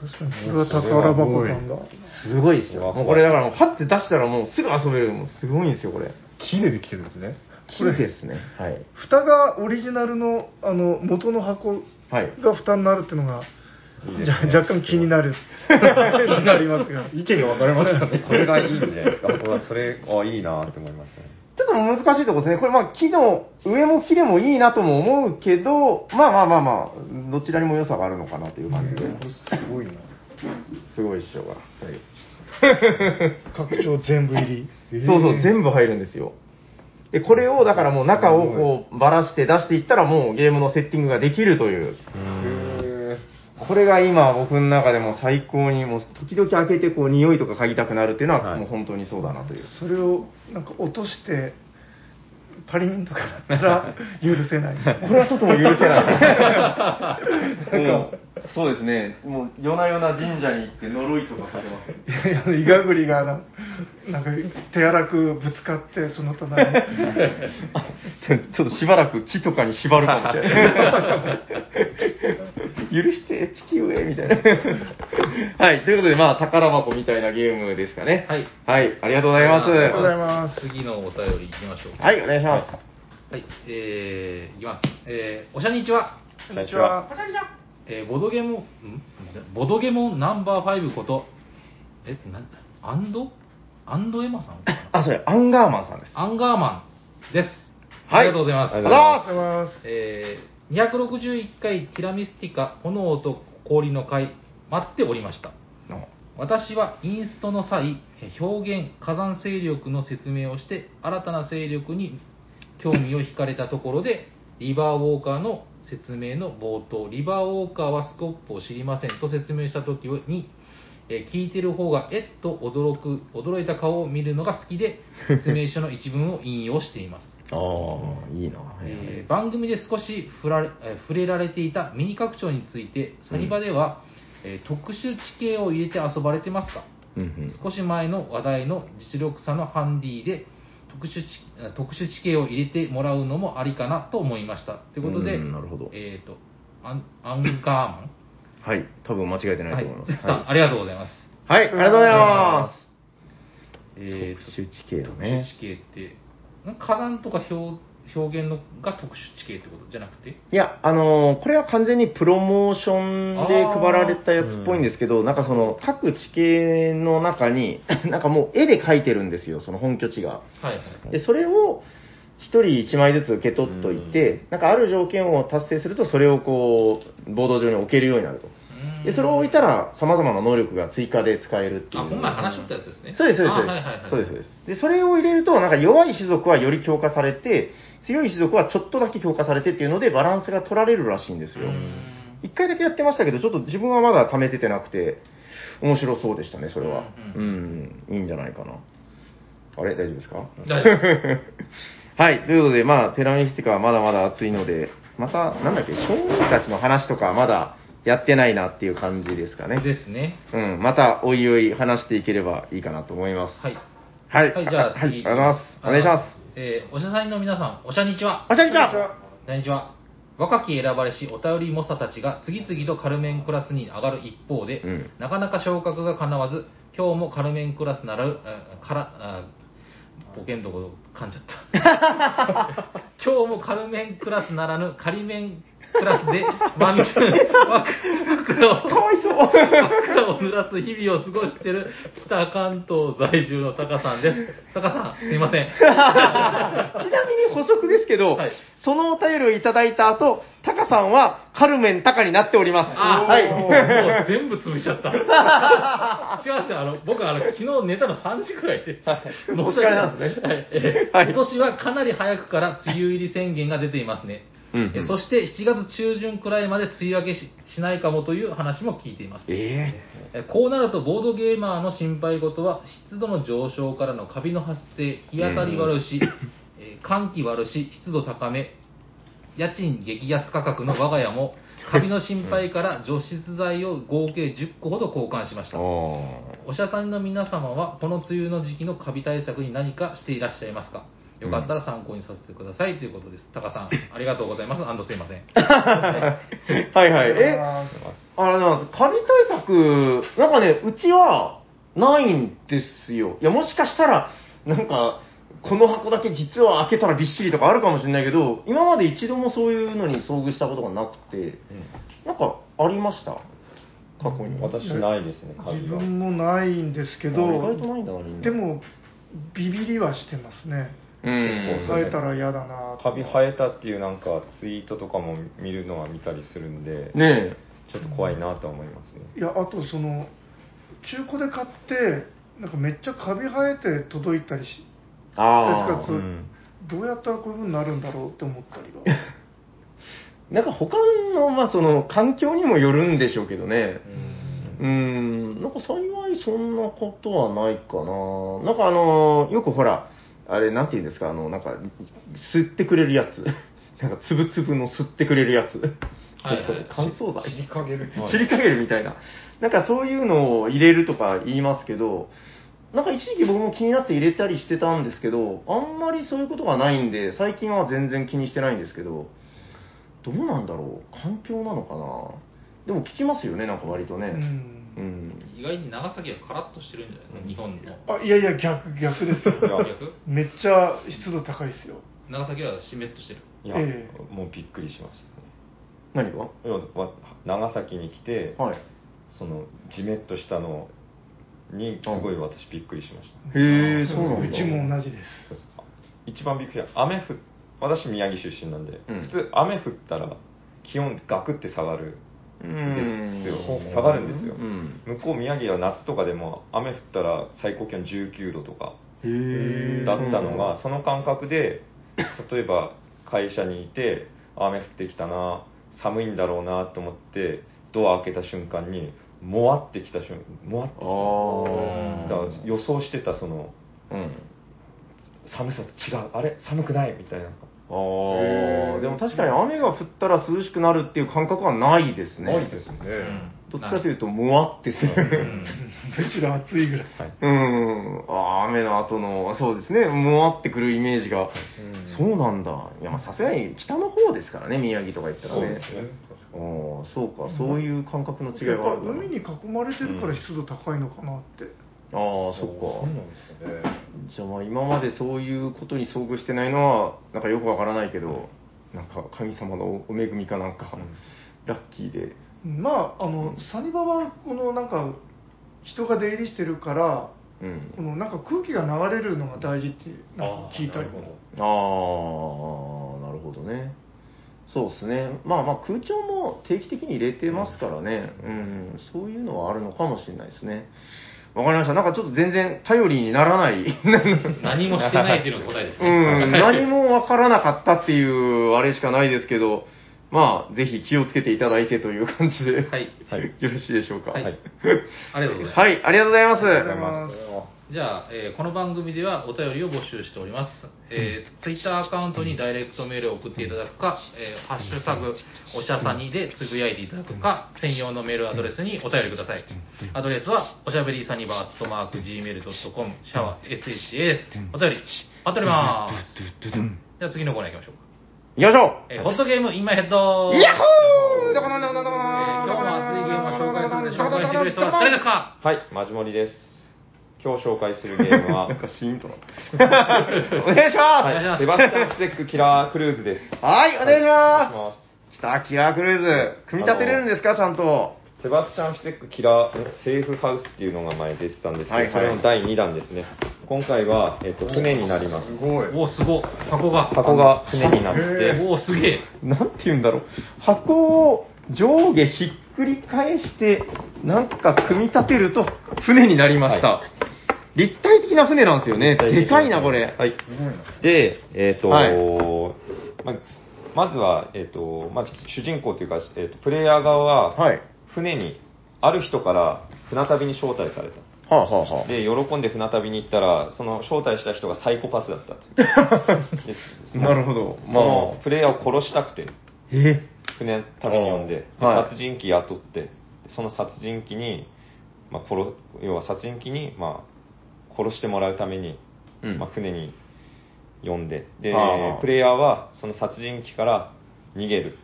[SPEAKER 3] 確かにこれは宝箱感が
[SPEAKER 2] すごいっす
[SPEAKER 5] うわ
[SPEAKER 2] よ。もうこれだからもうパッて出したらもうすぐ遊べる。もうすごいんですよ、これ。
[SPEAKER 4] 木でできてるんですね。
[SPEAKER 2] これですね。はい。
[SPEAKER 3] 蓋がオリジナルのあの元の箱
[SPEAKER 2] はい。
[SPEAKER 3] が蓋になるっていうのが、
[SPEAKER 5] いいです
[SPEAKER 3] じ
[SPEAKER 5] ね
[SPEAKER 3] ゃ若干気にな る気になりますが
[SPEAKER 4] 意見が分かれましたね。
[SPEAKER 5] それがいいんじゃないですか。僕はそれ、あ、いいなって思いますね。
[SPEAKER 2] ちょっと難しいとこですね。これ、まあ、木の上も木でもいいなとも思うけど、まあまあまあまあ、どちらにも良さがあるのかなという感じで。
[SPEAKER 4] これすごいな。
[SPEAKER 2] すごいっしょが。
[SPEAKER 3] 拡張全部入り
[SPEAKER 2] そうそう、全部入るんですよ。で、これを、だからもう中をこう、ばらして出していったら、もうゲームのセッティングができるという。これが今、僕の中でも最高に、もう時々開けて、こう、匂いとか嗅ぎたくなるっていうの
[SPEAKER 5] は
[SPEAKER 2] は、
[SPEAKER 5] い
[SPEAKER 2] もう本当にそうだなという。
[SPEAKER 3] それをなんか落としてパリンとかだった ら許せない
[SPEAKER 2] これはちょっともう許せない。なんか、 そうですね、もう夜な夜な神社に行って呪いとかかけます。
[SPEAKER 3] いやいやイガグリがななんか手荒くぶつかってその棚に
[SPEAKER 2] ちょっとしばらく木とかに縛るかもしれない。許して、父上、みた いな。はい、ということで、まあ、宝箱みたいなゲームですかね。
[SPEAKER 1] はい。
[SPEAKER 2] はい、ありがとうございます。
[SPEAKER 1] ありがとうござい
[SPEAKER 3] ます
[SPEAKER 1] 次のお便りいきましょう
[SPEAKER 2] はい、お願いします。
[SPEAKER 1] はい、えー、いきます。えー、おしゃにちは、
[SPEAKER 3] こんにちは
[SPEAKER 1] えー、ボドゲモ、んボドゲモンナンバー5こと、え、な、アンドアンドエマさんかな
[SPEAKER 2] あ、それ、アンガーマンさんです。
[SPEAKER 1] アンガーマンです。
[SPEAKER 2] は
[SPEAKER 1] あ
[SPEAKER 2] い
[SPEAKER 1] りがとうございます。
[SPEAKER 2] ありがとうござい
[SPEAKER 1] ま
[SPEAKER 2] ますす
[SPEAKER 3] おはようございます
[SPEAKER 1] えー、261回ティラミスティカ炎と氷の会、待っておりました。私はインストの際、え表現、火山勢力の説明をして、新たな勢力に興味を惹かれたところで、リバーウォーカーの説明の冒頭、リバーウォーカーはスコップを知りませんと説明したときに、え聞いてる方が、えっと驚く、驚いた顔を見るのが好きで、説明書の一文を引用しています。
[SPEAKER 5] ああ、いいな。
[SPEAKER 1] えー番組で少し触られえー触れられていたミニ拡張についてサニバでは、えー特殊地形を入れて遊ばれてますか
[SPEAKER 5] うんうん。
[SPEAKER 1] 少し前の話題の実力差のハンディで特殊地特殊地形を入れてもらうのもありかなと思いましたということで、
[SPEAKER 5] うんなるほど
[SPEAKER 1] えっ、とアンアンガ
[SPEAKER 2] はい。多分間違えて
[SPEAKER 1] ーマン、
[SPEAKER 2] な
[SPEAKER 1] はいい
[SPEAKER 2] と思います。
[SPEAKER 1] さん、
[SPEAKER 2] は
[SPEAKER 1] ありがとうございます。
[SPEAKER 2] い。はいありがとうございます。
[SPEAKER 1] えー
[SPEAKER 5] 特
[SPEAKER 1] と
[SPEAKER 5] 殊地形だ
[SPEAKER 1] 特殊
[SPEAKER 5] ね。
[SPEAKER 1] 地形って、なんか火山とか表表現のが特殊地形ってことじゃなくて、
[SPEAKER 2] いや、あのーこれは完全にプロモーションで配られたやつっぽいんですけど、なんかその、各地形の中 に、なんかもう絵で描いてるんですよ、その本拠地が。
[SPEAKER 1] はいはい。
[SPEAKER 2] で、それを、一人一枚ずつ受け取っといて、なんかある条件を達成すると、それをこう、ボード上に置けるようになると。で、それを置いたら、様々な能力が追加で使えるってい
[SPEAKER 1] あ、
[SPEAKER 2] う。
[SPEAKER 1] 今回話しとったやつですね。
[SPEAKER 2] そうです、そうです
[SPEAKER 1] あはいはいはい。
[SPEAKER 2] そうです。そうです、そうです。で、それを入れると、なんか弱い種族はより強化されて、強い種族はちょっとだけ強化されてっていうので、バランスが取られるらしいんですよ
[SPEAKER 1] う。
[SPEAKER 2] 一回だけやってましたけど、ちょっと自分はまだ試せてなくて、面白そうでしたね、それは。
[SPEAKER 1] う
[SPEAKER 2] うんん、いいんじゃないかな。あれ大丈夫ですか
[SPEAKER 1] ん大丈夫です。
[SPEAKER 2] はい、ということで、まあ、テラミスティカはまだまだ熱いので、また、なんだっけ、商人たちの話とかまだやってないなっていう感じですかね。
[SPEAKER 1] ですね。
[SPEAKER 2] うん、また、おいおい話していければいいかなと思います。
[SPEAKER 1] はい。
[SPEAKER 2] はい。
[SPEAKER 1] はい、じゃあ、
[SPEAKER 2] はい、あり
[SPEAKER 1] 次
[SPEAKER 2] がとうございます。お願いします。。
[SPEAKER 1] えーおしゃさんの皆さん、おしゃにちは。
[SPEAKER 2] おしゃれちゃ
[SPEAKER 1] こんにちは。若き選ばれしお便り猛者たちが次々とカルメンクラスに上がる一方で、
[SPEAKER 2] うん
[SPEAKER 1] なかなか昇格がかなわず、今日もカルメンクラスなら、あから、あボケんとこ噛んじゃっ た。今日もカルメンクラスならぬ仮面クラスで、まみす、わく、わくを、
[SPEAKER 2] わいそう。
[SPEAKER 1] 枕を濡らす日々を過ごしている北関東在住のタカさんです。タカさん、すいません。
[SPEAKER 2] ちなみに補足ですけど、
[SPEAKER 1] はい
[SPEAKER 2] そのお便りをいただいた後、タカさんはカルメンタカになっております。
[SPEAKER 1] あ
[SPEAKER 2] はい。
[SPEAKER 1] もう全部潰しちゃった。違うんですよ。あの、僕、あの、昨日寝たの3時くらいで。
[SPEAKER 2] お疲れなんですね
[SPEAKER 1] はいえー
[SPEAKER 2] はい
[SPEAKER 1] 今年はかなり早くから梅雨入り宣言が出ていますね。
[SPEAKER 2] うん
[SPEAKER 1] えーそして7月中旬くらいまで梅雨明けししないかもという話も聞いています。
[SPEAKER 2] え
[SPEAKER 1] えーこうなるとボードゲーマーの心配事は湿度の上昇からのカビの発生日当たり悪 し、えー換気悪し湿度高め家賃激安価格の我が家もカビの心配から 除湿剤を合計10個ほど交換しまし
[SPEAKER 2] え
[SPEAKER 1] たお医者さんの皆様はこの梅雨の時期のカビ対策に何かしていらっしゃいますかよかったら参考にさせてくださいということですタカさんありがとうございますアンドすいません
[SPEAKER 2] はいはい。え、あれなんです。カビ対策、なんかね、うちはないんですよ。いや、もしかしたら、なんか、この箱だけ実は開けたらびっしりとかあるかもしれないけど、今まで一度もそういうのに遭遇したことがなくて、なんかありました過去に。
[SPEAKER 5] 私ないですね、
[SPEAKER 3] 自
[SPEAKER 5] 鍵は。
[SPEAKER 3] 分もないんですけ
[SPEAKER 2] あ意
[SPEAKER 3] ど
[SPEAKER 2] 外とないんだなみんな
[SPEAKER 3] でもビビりはしてますね
[SPEAKER 2] うん
[SPEAKER 3] 抑えたら嫌だな
[SPEAKER 5] カビ生えたっていうなんかツイートとかも見るのは見たりするんで、
[SPEAKER 2] ね
[SPEAKER 5] ちょっと怖いなとは思いますね。
[SPEAKER 3] いやあとその中古で買ってなんかめっちゃカビ生えて届いたりし
[SPEAKER 2] え。
[SPEAKER 3] ですから
[SPEAKER 2] あ
[SPEAKER 3] そ
[SPEAKER 2] あ
[SPEAKER 3] う。
[SPEAKER 5] うん
[SPEAKER 3] どうやったらこういうふうになるんだろうって思ったりは
[SPEAKER 2] なんか他の、まあその、環境にもよるんでしょうけどね。うん、なんか幸いそんなことはないかな。なんかあの、よくほら、あれ、なんて言うんですか、あの、なんか、吸ってくれるやつ。 なんか、つぶつぶの吸ってくれるやつ。
[SPEAKER 1] はいはい
[SPEAKER 2] 乾燥剤。
[SPEAKER 4] 尻かげる。
[SPEAKER 5] はい
[SPEAKER 2] 知りかけるみたいな、なんかそういうのを入れるとか言いますけど、なんか一時期僕も気になって入れたりしてたんですけど、あんまりそういうことがないんで、最近は全然気にしてないんですけど、どうなんだろう、環境なのかな、でも聞きますよね、なんか割と
[SPEAKER 3] う
[SPEAKER 2] ね。うんん、
[SPEAKER 1] 意外に長崎はカラッとしてるんじゃないですか日本の
[SPEAKER 3] あいやいや逆逆ですよ
[SPEAKER 5] いや
[SPEAKER 1] 逆
[SPEAKER 3] めっちゃ湿度高いですよ
[SPEAKER 1] 長崎は湿っとしてる
[SPEAKER 5] いや、
[SPEAKER 3] え
[SPEAKER 5] もうびっくりしましたね。
[SPEAKER 2] 何が
[SPEAKER 5] 要はわ長崎に来て、
[SPEAKER 2] はい。
[SPEAKER 5] そのジメッとしたのにすごい私びっくりしました、
[SPEAKER 2] へえ、そうなん
[SPEAKER 3] う
[SPEAKER 2] だ。
[SPEAKER 3] ちも同じです
[SPEAKER 5] そうそう一番びっくりした雨降っ私宮城出身なんで、
[SPEAKER 2] うん
[SPEAKER 5] 普通雨降ったら気温ガクって下がる
[SPEAKER 2] うんん
[SPEAKER 5] ですよ下がるんですよ
[SPEAKER 2] うん
[SPEAKER 5] 向こう宮城は夏とかでも雨降ったら最高気温19度とか
[SPEAKER 2] へえ。
[SPEAKER 5] だったのが、
[SPEAKER 2] そう
[SPEAKER 5] その感覚で例えば会社にいて雨降ってきたな寒いんだろうなと思ってドア開けた瞬間にもわってきた瞬間もわってきた
[SPEAKER 2] なんだ。
[SPEAKER 5] だから予想してたその
[SPEAKER 2] ああ。うん。
[SPEAKER 5] 寒さと違うあれ寒くないみたいな
[SPEAKER 2] あ
[SPEAKER 4] へ
[SPEAKER 2] あ、
[SPEAKER 4] ー
[SPEAKER 2] でも確かに雨が降ったら涼しくなるっていう感覚はないですね。
[SPEAKER 4] ないですね。
[SPEAKER 2] どっちかといううと、もわってす
[SPEAKER 1] と
[SPEAKER 2] る。
[SPEAKER 3] むしろ暑いぐらい。
[SPEAKER 2] うん。あー雨の後の、そうですね、もわってくるイメージが。
[SPEAKER 4] うん
[SPEAKER 2] そうなんだ。いや、まあさすがに北の方ですからね、宮城とか行ったら
[SPEAKER 4] そう
[SPEAKER 2] ね。
[SPEAKER 4] ですね。
[SPEAKER 2] あーそうか、そういう感覚の違い
[SPEAKER 3] やっ
[SPEAKER 2] はあ
[SPEAKER 3] ぱ
[SPEAKER 2] るかな。
[SPEAKER 3] 海に囲まれてるから湿度高いのかなって。
[SPEAKER 2] ああ、そっ
[SPEAKER 4] そう
[SPEAKER 2] か
[SPEAKER 4] なん。ですね。
[SPEAKER 2] じゃあまあ今までそういうことに遭遇してないのは、なんかよくわからないけど、なんか神様のお恵みかなんか、ラッキーで。
[SPEAKER 3] まあ、あの、サニバは、このなんか、人が出入りしてるから、
[SPEAKER 2] うん。
[SPEAKER 3] このなんか空気が流れるのが大事ってなん
[SPEAKER 4] あ
[SPEAKER 3] か
[SPEAKER 4] あ
[SPEAKER 3] 聞いたり
[SPEAKER 4] なるほど
[SPEAKER 2] ああなるほどねそうですねまあまあ空調も定期的に入れてますからねうん、そういうのはあるのかもしれないですねわかりましたなんかちょっと全然頼りにならない う
[SPEAKER 1] ん
[SPEAKER 2] ん
[SPEAKER 1] 何もしてないっていうのが答えですね。
[SPEAKER 2] 何もわからなかったっていうあれしかないですけどまあぜひ気をつけていただいてという感じで、
[SPEAKER 1] はい
[SPEAKER 2] よろしいでしょうか
[SPEAKER 1] はい
[SPEAKER 2] はい、
[SPEAKER 1] ありがとうございます。
[SPEAKER 2] はいありがとうございます
[SPEAKER 3] ありがとうございます。
[SPEAKER 1] じゃあ、えーこの番組ではお便りを募集しております。えー、ツイッターアカウントにダイレクトメールを送っていただくか、えーハッシュタグ、おしゃさにでつぶやいていただくか、専用のメールアドレスにお便りください。アドレスは、おしゃべりサニバーアットマーク Gmail.com、シャワー SHA です。お便り、待っております。じゃあ次のコーナー行きましょうか。
[SPEAKER 2] 行きましょ
[SPEAKER 1] えーホットゲーム、今ヘッド
[SPEAKER 2] うイヤッホーどこ
[SPEAKER 1] えー
[SPEAKER 2] なんだどこなんだ
[SPEAKER 1] 今日
[SPEAKER 2] どこ
[SPEAKER 1] も
[SPEAKER 2] なんだ
[SPEAKER 1] 熱いゲームを紹介するので紹介してくれる人は誰ですか
[SPEAKER 5] はいマジモリです今日紹介するゲー ムは
[SPEAKER 2] なんかシーンとなった。 お願いします。
[SPEAKER 1] いします
[SPEAKER 5] セバスチャン・フセック・キラー・クルーズです
[SPEAKER 2] はい、お願いし
[SPEAKER 5] お
[SPEAKER 2] ま
[SPEAKER 5] 願いします
[SPEAKER 2] す。来た、キラークルーズ。組み立てれるんですか、ちゃんと。
[SPEAKER 5] セバスチャン・フィセック・キラー・セーフハウスっていうのが前出てたんですけど、
[SPEAKER 2] はいはい
[SPEAKER 5] それの第2弾ですね。今回は、えっと船になります
[SPEAKER 4] す。ごい。
[SPEAKER 1] おお、すごい。箱が。
[SPEAKER 5] 箱が船になって、
[SPEAKER 1] おお、すげえ。
[SPEAKER 2] なんて言うんだろう。箱を上下ひっくり返して、なんか組み立てると船になりました。
[SPEAKER 5] は
[SPEAKER 2] 立体的な船なんですよね。でかいな、これ。
[SPEAKER 5] はい。
[SPEAKER 4] すごいな。
[SPEAKER 5] で、えっ、と、
[SPEAKER 2] はい
[SPEAKER 5] ま、まずは、えっ、と、まあ、主人公というか、えっとプレイヤー側は、
[SPEAKER 2] はい。
[SPEAKER 5] 船に、ある人から船旅に招待された。
[SPEAKER 2] はあ、はあは
[SPEAKER 5] で、喜んで船旅に行ったら、その招待した人がサイコパスだったと。 で
[SPEAKER 2] あ、なるほど。
[SPEAKER 5] そ
[SPEAKER 2] ま
[SPEAKER 5] の
[SPEAKER 2] あ、
[SPEAKER 5] プレイヤーを殺したくて、
[SPEAKER 2] え
[SPEAKER 5] 船旅に呼んで、
[SPEAKER 2] あーはい
[SPEAKER 5] 殺人鬼雇って、その殺人鬼に、まあ、殺要は殺人鬼に、まあ、殺してもらうために、
[SPEAKER 2] うん
[SPEAKER 5] まあ、船に呼んでで
[SPEAKER 2] あー、
[SPEAKER 5] プレイヤーはその殺人鬼から逃げる。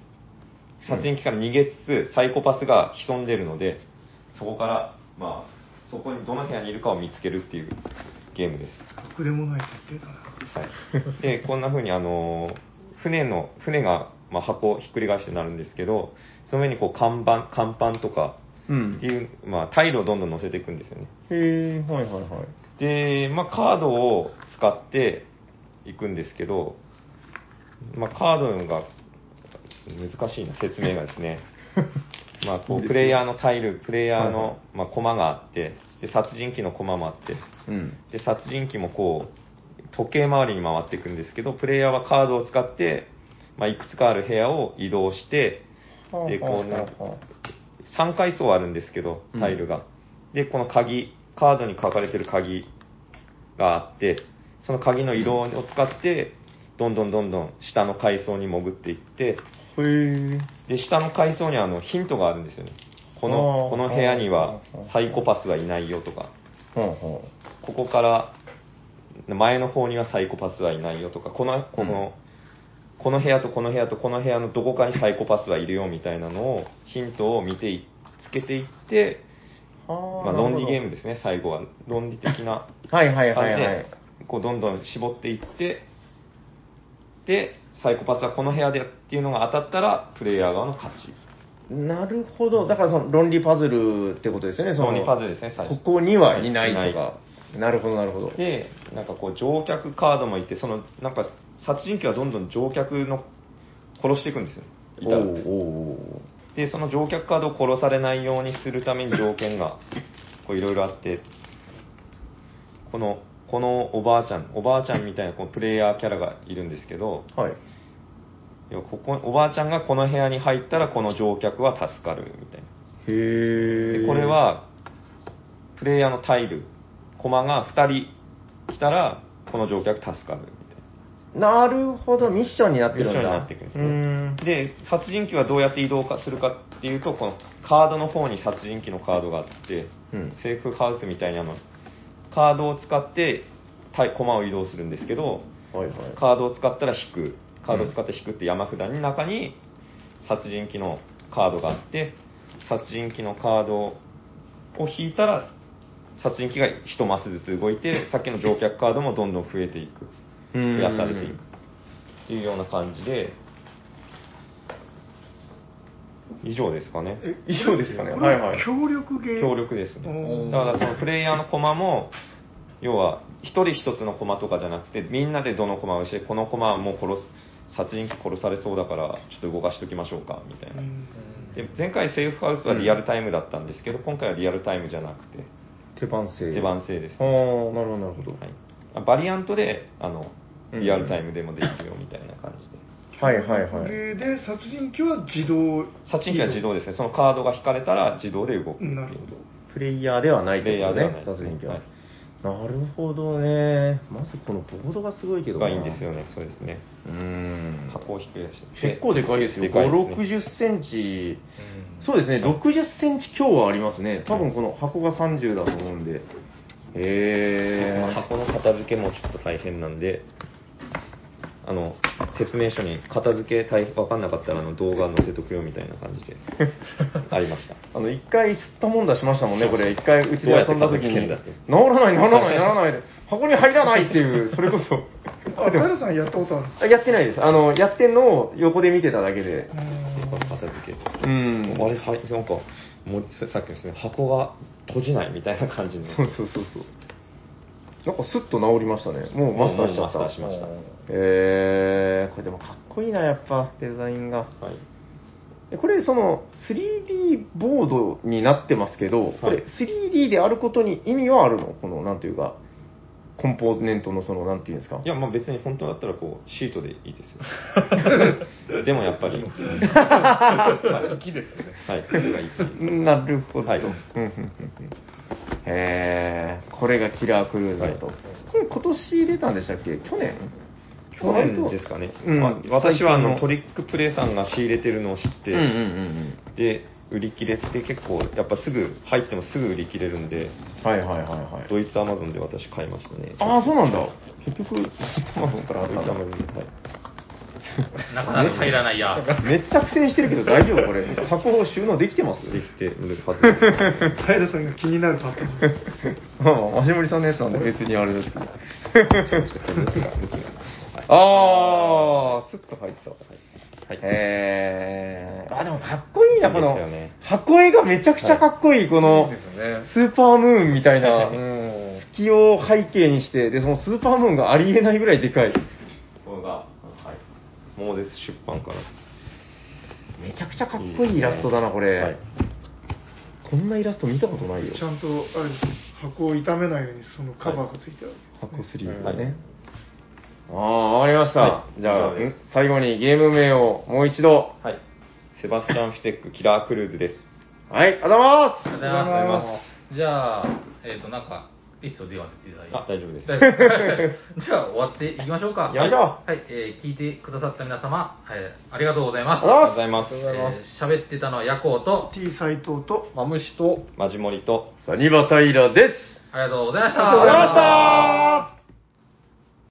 [SPEAKER 5] 殺人鬼から逃げつつ、サイコパスが潜んでるので、そこから、まあ、そこにどの部屋にいるかを見つけるっていうゲームです。
[SPEAKER 3] ろくでもない設定だな。
[SPEAKER 5] はい、でこんな風にあの船の船が、まあ、箱をひっくり返してなるんですけどその上にこう看板看板とか
[SPEAKER 2] う
[SPEAKER 5] って
[SPEAKER 2] ん。
[SPEAKER 5] いう、まあ、タイルをどんどん載せていくんですよね
[SPEAKER 2] へえ、はいはいはい。
[SPEAKER 5] で、まあ、カードを使っていくんですけど、まあ、カードが難しいな説明がで すねまあこうプレイヤーのタイルプレイヤー
[SPEAKER 2] はいは
[SPEAKER 5] の、まあ、駒があってで殺人鬼の駒もあって
[SPEAKER 2] うん。
[SPEAKER 5] で殺人鬼もこう時計回りに回っていくんですけどプレイヤーはカードを使って、まあ、いくつかある部屋を移動してでこうな3階層あるんですけどタイルが、でこの鍵カードに書かれてる鍵があってその鍵の色を使ってどんどんどんどん下の階層に潜っていって
[SPEAKER 2] へえ。
[SPEAKER 5] で下の階層にあのヒントがあるんですよねこの
[SPEAKER 2] あー
[SPEAKER 5] この部屋にはサイコパスがいないよとか
[SPEAKER 2] ほうほ
[SPEAKER 5] ここから前の方にはサイコパスはいないよとかこのこの、この部屋とこの部屋とこの部屋のどこかにサイコパスはいるよみたいなのをヒントを見ていつけていって、
[SPEAKER 2] う。は
[SPEAKER 5] まあ、論理ゲームですね最後は論理的な
[SPEAKER 2] はいはい
[SPEAKER 5] 感
[SPEAKER 2] は
[SPEAKER 5] じ
[SPEAKER 2] いは
[SPEAKER 5] で
[SPEAKER 2] い。
[SPEAKER 5] こうどんどん絞っていってでサイコパスはこの部屋でっていうのが当たったらプレイヤー側の勝ち
[SPEAKER 2] なるほど。だからその論理パズルってことですよね。その
[SPEAKER 5] 論理パズルですね最
[SPEAKER 2] こ
[SPEAKER 5] 初
[SPEAKER 2] こにはいない
[SPEAKER 5] は
[SPEAKER 2] と
[SPEAKER 5] い
[SPEAKER 2] か。なるほどなるほど。
[SPEAKER 5] でなんかこう乗客カードもいてそのなんか殺人鬼はどんどん乗客の殺していくんですよい
[SPEAKER 2] お
[SPEAKER 5] たら
[SPEAKER 2] うおう
[SPEAKER 5] でその乗客カードを殺されないようにするために条件がこういろいろあってこのこのおばあちゃんおばあちゃんみたいなこのプレイヤーキャラがいるんですけど
[SPEAKER 2] おうはい。
[SPEAKER 5] 要はここおばあちゃんがこの部屋に入ったらこの乗客は助かるみたいな
[SPEAKER 2] へ
[SPEAKER 5] で
[SPEAKER 2] え。
[SPEAKER 5] これはプレイヤーのタイル駒が2人来たらこの乗客助かるみたい
[SPEAKER 2] な
[SPEAKER 5] な。
[SPEAKER 2] るほど、ミッションになってるんだ。
[SPEAKER 5] ミッションになっていくんですね
[SPEAKER 2] うーん
[SPEAKER 5] で殺人鬼はどうやって移動化するかっていうとこのカードの方に殺人鬼のカードがあって、
[SPEAKER 2] うん
[SPEAKER 5] セーフハウスみたいなのカードを使って対駒を移動するんですけど、
[SPEAKER 2] はいはい
[SPEAKER 5] カードを使ったら引くカードを使って引くって山札の中に殺人鬼のカードがあって殺人鬼のカードを引いたら殺人鬼が1マスずつ動いてさっきの乗客カードもどんどん増えていく
[SPEAKER 2] うん
[SPEAKER 5] 増やされていくっていうような感じで以上ですかね
[SPEAKER 3] え
[SPEAKER 2] 以上ですかね
[SPEAKER 3] これ
[SPEAKER 2] はいはい
[SPEAKER 3] 協力ゲー
[SPEAKER 5] 協力です
[SPEAKER 3] う
[SPEAKER 5] ね
[SPEAKER 3] ん
[SPEAKER 5] だからそのプレイヤーの駒も要は一人一つの駒とかじゃなくてみんなでどの駒をしてこの駒はもう殺す殺人鬼殺されそうだからちょっと動かしときましょうかみたいな
[SPEAKER 3] うん
[SPEAKER 5] で前回セーフハウスはリアルタイムだったんですけど今回はリアルタイムじゃなくて
[SPEAKER 2] 手番制。
[SPEAKER 5] 手番制です
[SPEAKER 2] ああ、なるほど、なるほど。
[SPEAKER 5] はいあ、バリアントであの
[SPEAKER 2] うん
[SPEAKER 5] リアルタイムでもできるよみたいな感じで、
[SPEAKER 2] はいはいはい。
[SPEAKER 3] ゲーで殺人鬼は自動
[SPEAKER 5] 殺人鬼は自動ですねそのカードが引かれたら自動で動くっていう
[SPEAKER 3] なるほど
[SPEAKER 2] プレイヤーではないってこと
[SPEAKER 5] プレイヤーではな
[SPEAKER 2] ね
[SPEAKER 5] い、
[SPEAKER 2] 殺人鬼は。
[SPEAKER 5] はい
[SPEAKER 2] なるほどね。まずこのボードがすごいけどな
[SPEAKER 5] がいいんですよ。ねそうですね
[SPEAKER 2] うーん。
[SPEAKER 5] 箱をひっくり返して
[SPEAKER 2] 結構でかいですよ。
[SPEAKER 5] でかいです
[SPEAKER 2] 5、60
[SPEAKER 5] ね
[SPEAKER 2] センチ。
[SPEAKER 1] うん
[SPEAKER 2] そうですね、60センチ強はありますね。多分この箱が30だと思うんで。へー。
[SPEAKER 5] 箱の片付けもちょっと大変なんであの説明書に片付け大分かんなかったらあの動画載せとくよみたいな感じ でありました
[SPEAKER 2] あの、一回吸ったもんだしましたもんね、これ。一回うちで遊んだ時に。治ら
[SPEAKER 5] どうやって片付けん
[SPEAKER 2] ない、治らない、治らない で。箱に入らないっていう、それこそ。
[SPEAKER 3] あ平さんやったことある
[SPEAKER 2] あやってないです。あの、やってんのを横で見てただけで。
[SPEAKER 5] この片付け
[SPEAKER 2] うん。
[SPEAKER 5] あれはいなんかもうさっきですね箱が閉じないみたいな感じの
[SPEAKER 2] そうそうそうそう。なんかスッと治りましたね。もうマスターしちゃった。
[SPEAKER 5] もうマスターしました
[SPEAKER 2] えー、これでもかっこいいな、やっぱ、デザインが。
[SPEAKER 5] はい
[SPEAKER 2] えこれ、その、3D ボードになってますけど、こ
[SPEAKER 5] は
[SPEAKER 2] れ
[SPEAKER 5] い、
[SPEAKER 2] 3D であることに意味はあるのこの、なんていうか、コンポーネントの、その、なんていうんですか。
[SPEAKER 5] いや、まあ別に本当だったらこう、シートでいいですよ。でもやっぱり、
[SPEAKER 4] 木ですね。
[SPEAKER 5] はい、これがいいという
[SPEAKER 2] なるほど。
[SPEAKER 5] はい
[SPEAKER 2] うんうんうんうんへえ、これがキラークルーザーと。
[SPEAKER 5] はい
[SPEAKER 2] これ今年出たんでしたっけ去年
[SPEAKER 5] 去年ですかね。
[SPEAKER 2] うん
[SPEAKER 5] まあ私はあ
[SPEAKER 2] 最近
[SPEAKER 5] の
[SPEAKER 2] の
[SPEAKER 5] トリックプレイさんが仕入れてるのを知って、
[SPEAKER 2] うんうんうん
[SPEAKER 5] で、売り切れって結構、やっぱすぐ、入ってもすぐ売り切れるんで、
[SPEAKER 2] うん。はいはいはいはい。
[SPEAKER 5] ドイツアマゾンで私買いましたね。
[SPEAKER 2] ああ、そうなんだ。結局、いつものからあっ
[SPEAKER 5] ドイツ
[SPEAKER 2] た
[SPEAKER 5] ア
[SPEAKER 2] な
[SPEAKER 5] マゾンで、はい。
[SPEAKER 1] なかなか入らない や。
[SPEAKER 2] めっちゃ苦戦してるけど大丈夫これ。箱を収納できてます
[SPEAKER 5] できてるはずです。
[SPEAKER 3] 平さんが気になるパターン
[SPEAKER 2] まあまあ、マシモリさんのやつなんで別に あれですけど。
[SPEAKER 5] はい
[SPEAKER 2] ああ、スッと入ってた。
[SPEAKER 5] はい
[SPEAKER 2] へえ。あ、でもかっこいいな、こ
[SPEAKER 5] いい
[SPEAKER 2] の
[SPEAKER 5] ですよね。
[SPEAKER 2] 箱絵がめちゃくちゃかっこいい、この
[SPEAKER 4] いいですね。
[SPEAKER 2] スーパームーンみたいな
[SPEAKER 5] う。ん
[SPEAKER 2] 月を背景にして、で、そのスーパームーンがありえないぐらいでかい。
[SPEAKER 5] これが、はい。モーゼス出版から。
[SPEAKER 2] めちゃくちゃかっこいいイラストだな、これ。
[SPEAKER 5] はい
[SPEAKER 2] こんなイラスト見たことないよ。
[SPEAKER 3] ちゃんとあれです箱を傷めないようにそのカバーがついてある、
[SPEAKER 2] 箱スリーブ
[SPEAKER 5] は
[SPEAKER 2] が
[SPEAKER 5] い
[SPEAKER 2] ね。ああ、わかりました。
[SPEAKER 5] はい
[SPEAKER 2] じゃあ、
[SPEAKER 5] 以上です
[SPEAKER 2] ん最後にゲーム名をもう一度。
[SPEAKER 5] はい。セバスチャン・フィセック、キラークルーズです。
[SPEAKER 2] はい、ありがとうございます
[SPEAKER 1] ありがとうございます。じゃあ、えっ、と、なんか、エピソードでは出ていただいて。
[SPEAKER 5] あ、大丈夫です。
[SPEAKER 1] 大丈夫 じゃあ、終わっていきましょうか。
[SPEAKER 2] やりましょう
[SPEAKER 1] はい、えー聞いてくださった皆様、えーありがとうございます。
[SPEAKER 2] ありがとうございます
[SPEAKER 5] います
[SPEAKER 1] えー喋ってたのはヤコウと、
[SPEAKER 3] T 斎藤と
[SPEAKER 4] マムシと
[SPEAKER 5] マジモリと、
[SPEAKER 2] さあ、ニバタイラです。
[SPEAKER 1] ありがとうございました。
[SPEAKER 2] ありがとうございました